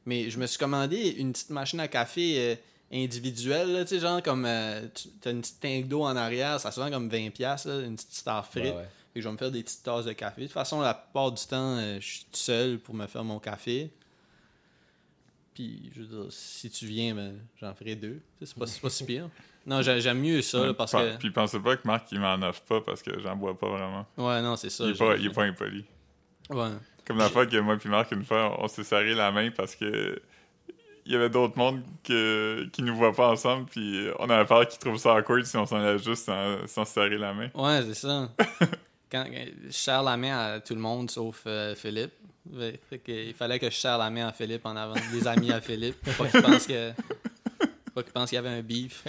Speaker 1: mais je me suis commandé une petite machine à café euh, individuelle, là, tu sais, genre comme, euh, tu- t'as une petite tank d'eau en arrière, ça souvent comme 20$, piastres, là, une petite star frite.
Speaker 2: Ouais, ouais.
Speaker 1: Fait que je vais me faire des petites tasses de café. De toute façon, la plupart du temps, euh, je suis tout seul pour me faire mon café. Puis, je veux dire, si tu viens, ben, j'en ferai deux. Tu sais, C'est pas, c'est pas si pire. Non, j'a- j'aime mieux ça, là, parce
Speaker 3: Pen-
Speaker 1: que...
Speaker 3: Puis pensez pas que Marc, il m'en offre pas parce que j'en bois pas vraiment.
Speaker 1: Ouais, non, c'est ça.
Speaker 3: Il est
Speaker 1: j'ai-
Speaker 3: pas, il est pas impoli.
Speaker 1: Ouais.
Speaker 3: Comme la fois que moi puis Marc, une fois, on s'est serré la main parce que il y avait d'autres mondes que, qui nous voient pas ensemble, puis on avait peur qu'ils trouvent ça awkward si on s'en allait juste sans, sans se serrer la main.
Speaker 1: Ouais, c'est ça. Quand, quand je serre la main à tout le monde, sauf euh, Philippe. Fait- fait que il fallait que je serre la main à Philippe en avant des amis à Philippe. Pas qu'il pense que... Pas qu'il pense qu'il y avait un beef.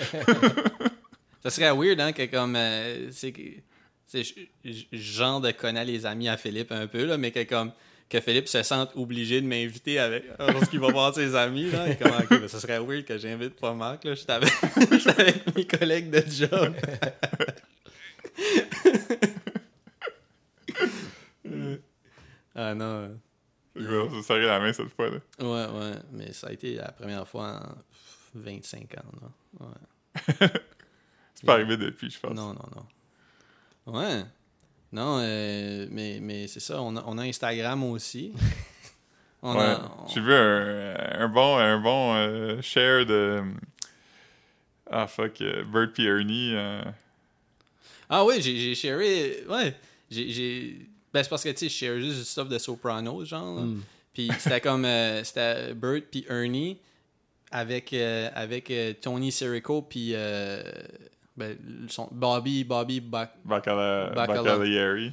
Speaker 1: Ça serait weird, hein, que comme... euh, tu sais, que- tu sais, je- je- genre de connaît les amis à Philippe un peu, là, mais que comme... Que Philippe se sente obligé de m'inviter avec... Parce qu'il va voir ses amis, là. et Comme, ok, ben, ça serait weird que j'invite pas Marc, là. Je suis avec, je suis avec mes collègues de job. ah non... euh,
Speaker 3: Fait que On s'est serré la main cette fois-là.
Speaker 1: Ouais, ouais, mais ça a été la première fois en 25 ans. Là. Ouais.
Speaker 3: C'est pas arrivé depuis, je pense.
Speaker 1: Non, non, non. Ouais. Non, euh, mais, mais c'est ça, on a, on a Instagram aussi. On
Speaker 3: Ouais.
Speaker 1: a. on-
Speaker 3: J'ai vu un, un bon, un bon euh, share de. Ah fuck, euh, Bert puis Ernie. euh,
Speaker 1: Ah oui, j'ai j'ai sharé. Ouais. J'ai- J'ai. Ben, c'est parce que, tu sais, je share juste du stuff de Sopranos, genre. là. Puis c'était comme. euh, c'était Bert puis Ernie avec, euh, avec euh, Tony Sirico puis. euh, ben, son- Bobby, Bobby Bac-
Speaker 3: Bacala-
Speaker 1: Bacala.
Speaker 3: Bacalaieri.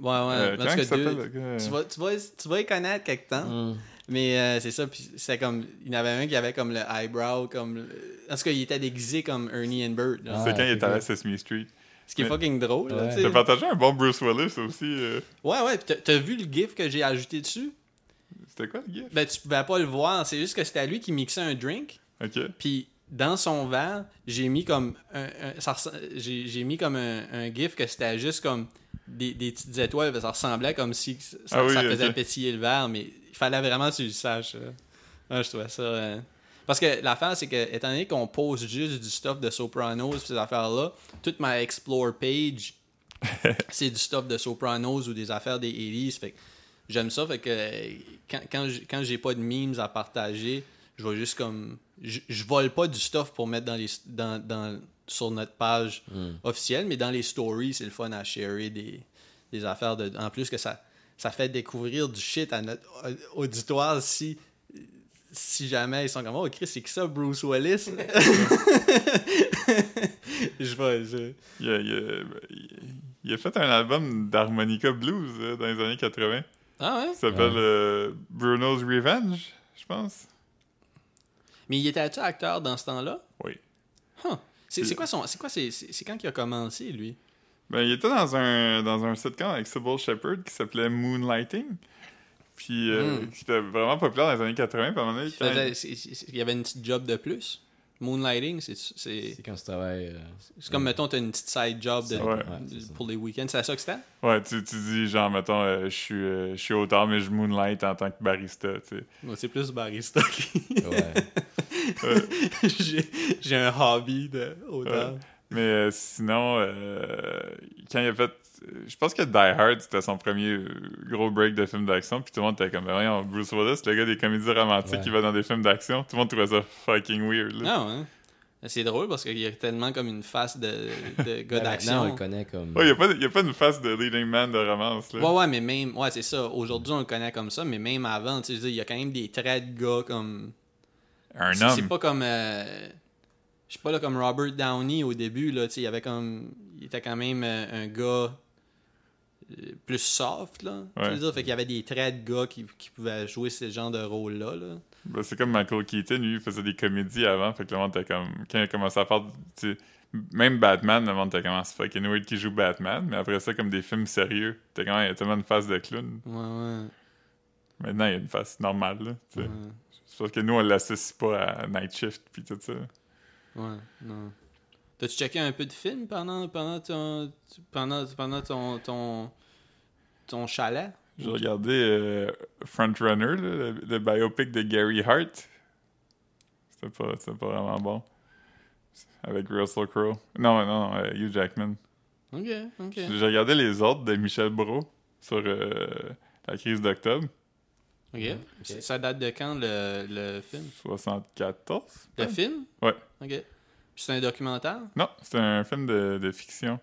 Speaker 1: Ouais, ouais.
Speaker 3: Euh,
Speaker 1: en
Speaker 3: comment
Speaker 1: tout
Speaker 3: il
Speaker 1: cas,
Speaker 3: s'appelle
Speaker 1: deux-
Speaker 3: le gars?
Speaker 1: tu vas, tu, vas, tu vas y connaître quelque temps.
Speaker 2: Hmm.
Speaker 1: Mais euh, c'est ça, puis c'était comme. Il y en avait un qui avait comme le eyebrow, comme. le- En tout cas, il était déguisé comme Ernie and Bird.
Speaker 2: Ah,
Speaker 3: C'est quand il
Speaker 2: c'est
Speaker 3: était à
Speaker 2: cool.
Speaker 3: la Sesame Street.
Speaker 1: Ce qui est
Speaker 3: Mais-
Speaker 1: fucking drôle. là,
Speaker 2: Ouais.
Speaker 1: tu sais.
Speaker 3: T'as partagé un bon Bruce Willis aussi. euh,
Speaker 1: Ouais, ouais. pis t'as- T'as vu le gif que j'ai ajouté dessus?
Speaker 3: C'était quoi le gif?
Speaker 1: Ben, tu pouvais pas le voir. C'est juste que c'était à lui qui mixait un drink.
Speaker 3: Ok.
Speaker 1: Puis dans son verre, j'ai mis comme un, un- ça ressem- j'ai, j'ai mis comme un, un gif que c'était juste comme des, des petites étoiles, parce que ça ressemblait comme si ça,
Speaker 3: Ah oui,
Speaker 1: ça faisait
Speaker 3: ok.
Speaker 1: pétiller le verre, mais il fallait vraiment que tu le saches. là. Ouais, je trouvais ça. euh, Parce que l'affaire, c'est que, étant donné qu'on pose juste du stuff de Sopranos pis ces affaires-là, toute ma Explore page, c'est du stuff de Sopranos ou des affaires des 80s. Fait que j'aime ça. Fait que euh, quand, quand, j'- quand j'ai pas de memes à partager, je vais juste comme. Je, je vole pas du stuff pour mettre dans les, dans, dans- sur notre page officielle, mais dans les stories, c'est le fun à sharer des, des affaires. De, en plus, que ça, ça fait découvrir du shit à notre au- auditoire si. Si jamais ils sont comme Oh Chris, c'est qui ça, Bruce Willis? je vais. je-
Speaker 3: Il a, il a- il- il a fait un album d'harmonica blues euh, dans les années 80.
Speaker 1: Ah ouais?
Speaker 3: Ça s'appelle
Speaker 2: Ouais.
Speaker 3: euh, Bruno's Revenge, je pense.
Speaker 1: Mais il était-tu acteur dans ce temps-là?
Speaker 3: Oui.
Speaker 1: Huh. C'est
Speaker 3: Il-
Speaker 1: c'est quoi son. C'est quoi c'est c'est- c'est quand qu'il a commencé, lui?
Speaker 3: Ben, il était dans un, dans un sitcom avec Sybil Shepherd qui s'appelait Moonlighting. Puis, euh,
Speaker 1: Mm.
Speaker 3: qui était vraiment populaire dans les années 80. Puis à un moment donné,
Speaker 1: Il,
Speaker 3: quand il-
Speaker 1: faisait- c'est- c'est- il y avait une petite job de plus. Moonlighting, c'est c'est-
Speaker 2: C'est quand tu travailles. euh,
Speaker 1: c'est comme, mettons, t'as une petite side job de-
Speaker 3: Ouais.
Speaker 2: c'est ça.
Speaker 1: pour les week-ends. C'est à ça que c'était?
Speaker 3: Ouais, tu, tu dis, genre, mettons, euh, je suis euh, je suis auteur, mais je moonlight en tant que barista, tu sais.
Speaker 1: Moi, c'est plus barista. qui-
Speaker 2: Ouais.
Speaker 1: J'ai j'ai un hobby de auteur.
Speaker 3: Ouais. Mais euh, sinon, euh, quand il a fait. Je pense que Die Hard, c'était son premier euh, gros break de film d'action. Puis tout le monde était comme, Ben voyons, Bruce Willis, le gars des comédies romantiques,
Speaker 2: Ouais.
Speaker 3: qui va dans des films d'action. Tout le monde trouvait ça fucking weird. là.
Speaker 1: Ah ouais. C'est drôle parce qu'il y a tellement comme une face de, de gars
Speaker 2: Ouais, Maintenant, on
Speaker 1: d'action.
Speaker 2: le connaît comme.
Speaker 3: Ouais, il n'y a, pas- il y a pas une face de leading man de romance. Là.
Speaker 1: Ah. Ouais, ouais, mais même. Ouais, c'est ça. Aujourd'hui, on le connaît comme ça, mais même avant, tu sais, je veux dire, il y a quand même des traits de gars comme.
Speaker 3: Un
Speaker 1: C'est- C'est
Speaker 3: homme.
Speaker 1: pas comme. euh, je sais pas, là, comme Robert Downey au début, là, tu sais, il y avait comme. Il était quand même euh, un gars euh, plus soft, là. tu
Speaker 3: Ouais.
Speaker 1: veux dire, fait qu'il y avait des traits de gars qui, qui pouvaient jouer ce genre de rôle-là, là.
Speaker 3: Ben, c'est comme Michael Keaton, lui, il faisait des comédies avant. Fait que le monde était comme. Quand il a commencé à faire. tu sais, Même Batman, le monde était comme. ah, C'est fucking weird qui joue Batman. Mais après ça, comme des films sérieux. T'es comme, il y a tellement une face de clown.
Speaker 1: Ouais, ouais.
Speaker 3: Maintenant, il y a une face normale, là. tu sais.
Speaker 1: ouais,
Speaker 3: C'est parce que nous, on l'associe pas à Night Shift puis tout ça.
Speaker 1: ouais, non. T'as-tu checké un peu de film pendant, pendant ton. pendant, pendant ton. ton, ton chalet?
Speaker 3: J'ai regardé euh, Front Runner, là, le, le biopic de Gary Hart. C'était pas, c'était pas vraiment bon. Avec Russell Crowe. Non, non, non, euh, Hugh Jackman.
Speaker 1: Ok, ok.
Speaker 3: J'ai regardé les autres de Michel Brault sur euh, la crise d'octobre
Speaker 1: Ok.
Speaker 2: Ok.
Speaker 1: Ça- Ça date de quand le, le film?
Speaker 3: 74.
Speaker 1: Le film?
Speaker 3: Ouais.
Speaker 1: Ok. Puis c'est un documentaire?
Speaker 3: Non, c'est un film de, de fiction.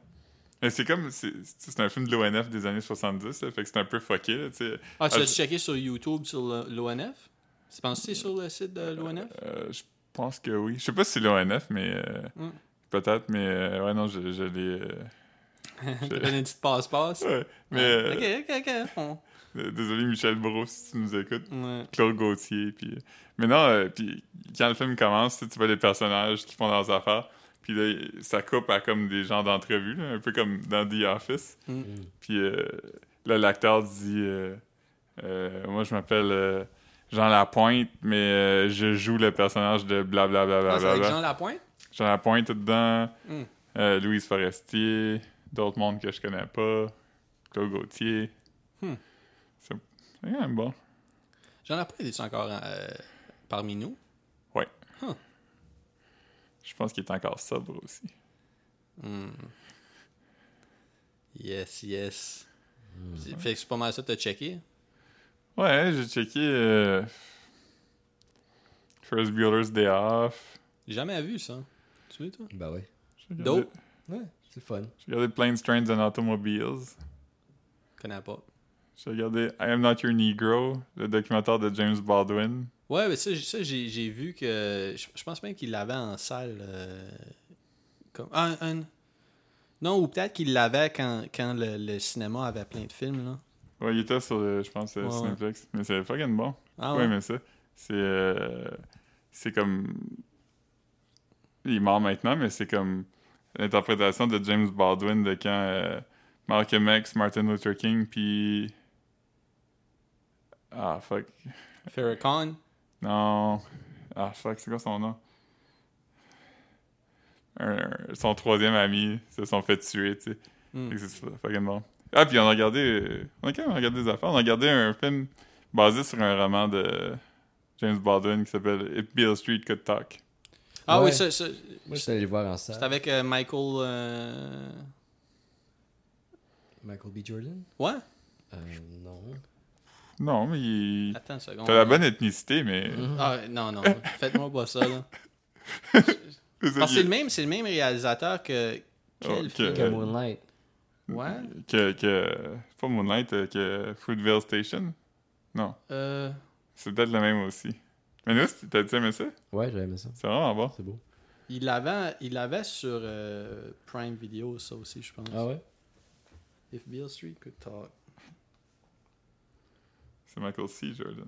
Speaker 3: Mais c'est comme. C'est c'est un film de l'ONF des années 70, là, fait que c'est un peu fucké, là, tu sais.
Speaker 1: Ah, tu
Speaker 3: Ah,
Speaker 1: l'as
Speaker 3: c'est-
Speaker 1: checké sur YouTube, sur le- l'ONF? Tu penses que c'est sur le site de l'ONF?
Speaker 3: Euh, je pense que oui. Je sais pas si c'est l'ONF, mais. euh,
Speaker 1: Mm.
Speaker 3: Peut-être, mais. euh, ouais, non, je, je l'ai. euh,
Speaker 1: T'as donné une petite passe-passe?
Speaker 3: ouais, mais. euh,
Speaker 1: Ouais. Ok, ok, ok. on-
Speaker 3: euh, Désolé, Michel Brault, si tu nous écoutes.
Speaker 1: Ouais.
Speaker 3: Claude Gauthier. Puis... Mais non, euh, puis quand le film commence, tu sais, tu vois les personnages qui font leurs affaires. Puis là, ça coupe à comme des gens d'entrevue, là, un peu comme dans The Office.
Speaker 1: Mm.
Speaker 3: Puis euh, là, l'acteur dit euh, euh, Moi, je m'appelle euh, Jean Lapointe, mais euh, je joue le personnage de blablabla.
Speaker 1: Ah, c'est avec Jean Lapointe?
Speaker 3: Jean Lapointe est dedans,
Speaker 1: Mm.
Speaker 3: euh, Louise Forestier, d'autres mondes que je connais pas, Claude Gauthier.
Speaker 1: Hmm.
Speaker 3: C'est c'est quand même bon.
Speaker 1: Jean Lapointe, est-tu encore euh, parmi nous?
Speaker 3: Je pense qu'il est encore sobre aussi.
Speaker 1: Hmm. Yes, yes. Fait que c'est pas mal ça que t'as checké?
Speaker 3: Ouais, hein, j'ai checké euh, First Bueller's Day Off.
Speaker 1: J'ai jamais vu ça. Tu veux, toi?
Speaker 2: Bah ouais.
Speaker 3: J'ai regardé-
Speaker 1: Dope?
Speaker 2: Ouais, c'est le fun.
Speaker 3: J'ai regardé Planes, Trains and Automobiles.
Speaker 1: Connais pas.
Speaker 3: J'ai regardé I Am Not Your Negro, le documentaire de James Baldwin.
Speaker 1: Ouais, mais ça, j- ça, j'ai j'ai vu que. Je je pense même qu'il l'avait en salle. euh, comme, ah, un- Non, ou peut-être qu'il l'avait quand, quand le, le cinéma avait plein de films. Là.
Speaker 3: Ouais, il était sur, le- je pense, euh,
Speaker 1: Ouais, ouais.
Speaker 3: Cineplex. Mais c'est fucking bon.
Speaker 1: Ah
Speaker 3: oui,
Speaker 1: ouais.
Speaker 3: mais ça, c'est. euh, c'est comme. Il est mort maintenant, mais c'est comme. l'interprétation de James Baldwin de quand euh, Malcolm X, Martin Luther King, puis. Ah, fuck.
Speaker 1: Farrakhan.
Speaker 3: Non. Ah, fuck, c'est quoi son nom? Un- un- son troisième ami se sont fait tuer, tu sais.
Speaker 1: Hmm.
Speaker 3: Fait que C'est fucking bon. Ah, puis on a regardé. euh, On a quand même regardé des affaires. On a regardé un film basé sur un roman de James Baldwin qui s'appelle If Beale Street Could Talk.
Speaker 1: Ah
Speaker 2: Ouais.
Speaker 1: oui, ça, ça-
Speaker 2: Moi, je suis allé le voir en salle.
Speaker 1: c'est avec euh, Michael. euh,
Speaker 2: Michael B. Jordan?
Speaker 1: Ouais?
Speaker 2: Euh, non.
Speaker 3: Non, mais il.
Speaker 1: Attends une seconde.
Speaker 3: T'as la bonne ethnicité, mais.
Speaker 1: Ah, non, non, faites-moi pas ça. Là. Parce que c'est le même, c'est le même réalisateur que. Quel
Speaker 3: Oh, Ok.
Speaker 1: film?
Speaker 2: Que Moonlight.
Speaker 1: Ouais.
Speaker 3: Que, que. Pas Moonlight, euh, que Fruitvale Station. Non.
Speaker 1: Euh,
Speaker 3: C'est peut-être le même aussi. Mais nous, t'as-tu aimé ça?
Speaker 2: Ouais, j'avais aimé ça.
Speaker 3: C'est vraiment bon.
Speaker 2: C'est beau.
Speaker 1: il l'avait, il l'avait sur euh, Prime Video, ça aussi, je pense.
Speaker 2: Ah ouais?
Speaker 1: If Beale Street could talk.
Speaker 3: C'est Michael C. Jordan.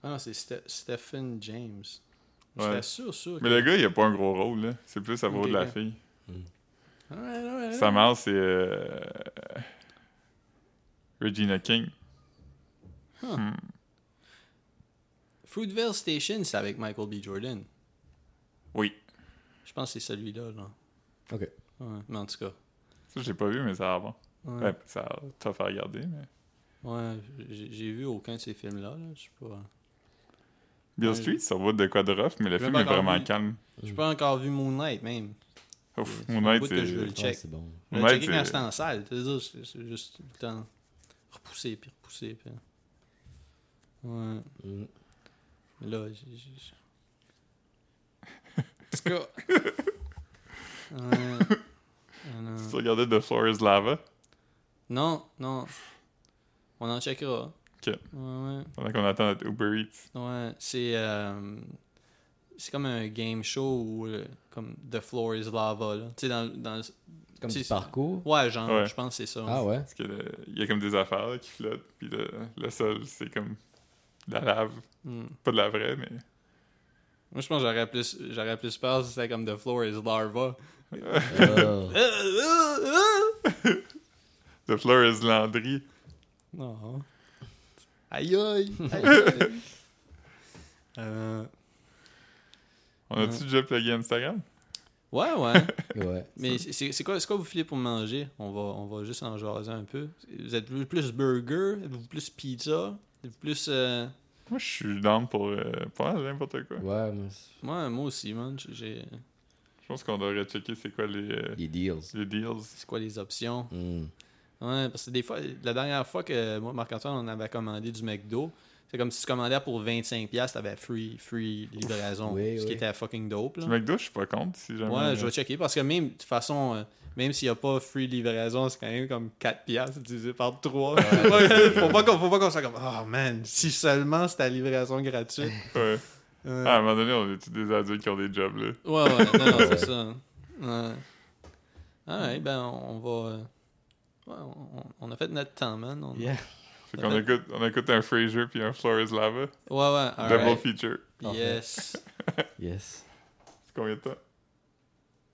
Speaker 1: Ah non, c'est Ste- Stephen James.
Speaker 3: Ouais.
Speaker 1: J'étais sûr, sûr.
Speaker 3: Mais le gars, il a pas un gros rôle, là. C'est plus à propos de la
Speaker 1: Ok, ok.
Speaker 3: fille.
Speaker 2: Mm.
Speaker 1: Ouais, ouais, ouais.
Speaker 3: Sa mère, c'est. euh, Regina King.
Speaker 1: Fruitvale Station, c'est avec Michael B. Jordan.
Speaker 3: Oui.
Speaker 1: Je pense que c'est celui-là, là.
Speaker 2: Ok.
Speaker 1: Ouais, mais en tout cas.
Speaker 3: Ça, j'ai pas vu, mais ça a l'air bon.
Speaker 1: Ouais,
Speaker 3: Ouais, ça a l'air tough à regarder, mais.
Speaker 1: ouais, j'ai j'ai vu aucun de ces films-là. Là. Je suis pas...
Speaker 3: Bill
Speaker 1: Ouais,
Speaker 3: Street, ça va de quoi de rough, mais le
Speaker 1: J'ai
Speaker 3: film
Speaker 1: pas
Speaker 3: est
Speaker 1: encore
Speaker 3: vraiment
Speaker 1: vu.
Speaker 3: calme.
Speaker 2: Hmm. Mm.
Speaker 1: J'ai pas encore vu Moonlight, même.
Speaker 3: Ouf,
Speaker 1: C'est un
Speaker 3: Moonlight,
Speaker 1: bout que je veux le
Speaker 3: c'est.
Speaker 1: check.
Speaker 2: Ouais, Ah, c'est bon.
Speaker 1: J'ai
Speaker 3: Moonlight,
Speaker 1: checké quand
Speaker 3: c'est-
Speaker 1: c'était en salle. tu sais, C'est c'est juste tout le temps repousser, puis repousser, puis... Ouais.
Speaker 2: Mm.
Speaker 1: Mais Là, j'ai... j'ai- En tout cas... Ouais. Ah non.
Speaker 3: Tu regardais The Floor is Lava
Speaker 1: Non, non. On en checkera.
Speaker 3: Ok.
Speaker 1: Ouais,
Speaker 3: pendant qu'on attend notre Uber Eats.
Speaker 1: ouais. ouais. C'est. euh, c'est comme un game show où. euh, comme The Floor is Lava, là. Tu sais, dans, dans.
Speaker 2: Comme
Speaker 1: C'est-
Speaker 2: du parcours.
Speaker 1: Ouais, genre,
Speaker 3: Ouais.
Speaker 1: je pense que c'est ça.
Speaker 2: Ah ouais?
Speaker 3: Parce que le- il y a comme des affaires là, qui flottent, puis le, le sol, c'est comme de la lave.
Speaker 1: Hmm.
Speaker 3: Pas de la vraie, mais.
Speaker 1: Moi, je pense que j'aurais plus, j'aurais plus peur si c'était comme The Floor is Larva.
Speaker 2: Euh,
Speaker 1: Euh, euh, euh.
Speaker 3: The Floor is Landry.
Speaker 1: Non. Ah. Aïe aïe! aïe, aïe. Euh,
Speaker 3: On a-tu déjà plugué Instagram?
Speaker 1: ouais, ouais.
Speaker 2: ouais.
Speaker 1: Mais c'est- c'est c'est quoi, c'est quoi vous filez pour manger? On va, on va juste en jaser un peu. Vous êtes plus, plus burger? Êtes-vous plus pizza? Êtes-vous plus... euh,
Speaker 3: Moi, je suis down pour. euh, pour faire n'importe quoi.
Speaker 2: Ouais, mais c'est-
Speaker 1: Moi, moi aussi, man. J'ai- j'ai-
Speaker 3: Je pense qu'on devrait checker c'est quoi les, euh,
Speaker 2: les deals.
Speaker 3: les deals.
Speaker 1: C'est quoi les options?
Speaker 2: Mm.
Speaker 1: Ouais, parce que des fois, la dernière fois que moi, Marc-Antoine, on avait commandé du McDo, c'est comme si tu commandais pour 25$, t'avais free, free livraison.
Speaker 2: oui,
Speaker 1: ce
Speaker 2: oui.
Speaker 1: qui était fucking dope, là.
Speaker 3: Du McDo, je suis pas contre si jamais.
Speaker 1: Ouais, je vais checker parce que même, de toute façon, euh, même s'il n'y a pas free livraison, c'est quand même comme 4 piastres divisé par 3. faut pas qu'on faut pas qu'on soit comme, oh man, si seulement c'était la livraison gratuite.
Speaker 3: Ouais.
Speaker 1: Euh,
Speaker 3: Ah, à un moment donné, on est tous des adultes qui ont des jobs, là.
Speaker 1: Ouais, ouais, non, non,
Speaker 2: Ouais.
Speaker 1: c'est ça. hein. Ouais. Alright, ben, on va. euh, ouais, on, on a fait notre temps, man. On-
Speaker 2: Yeah.
Speaker 3: Fait qu'on écoute, on écoute un Fraser puis un Flores Lava. Ben,
Speaker 1: Ouais, ouais,
Speaker 3: Double
Speaker 1: alright.
Speaker 3: feature.
Speaker 1: Yes.
Speaker 2: Yes.
Speaker 3: C'est combien de temps?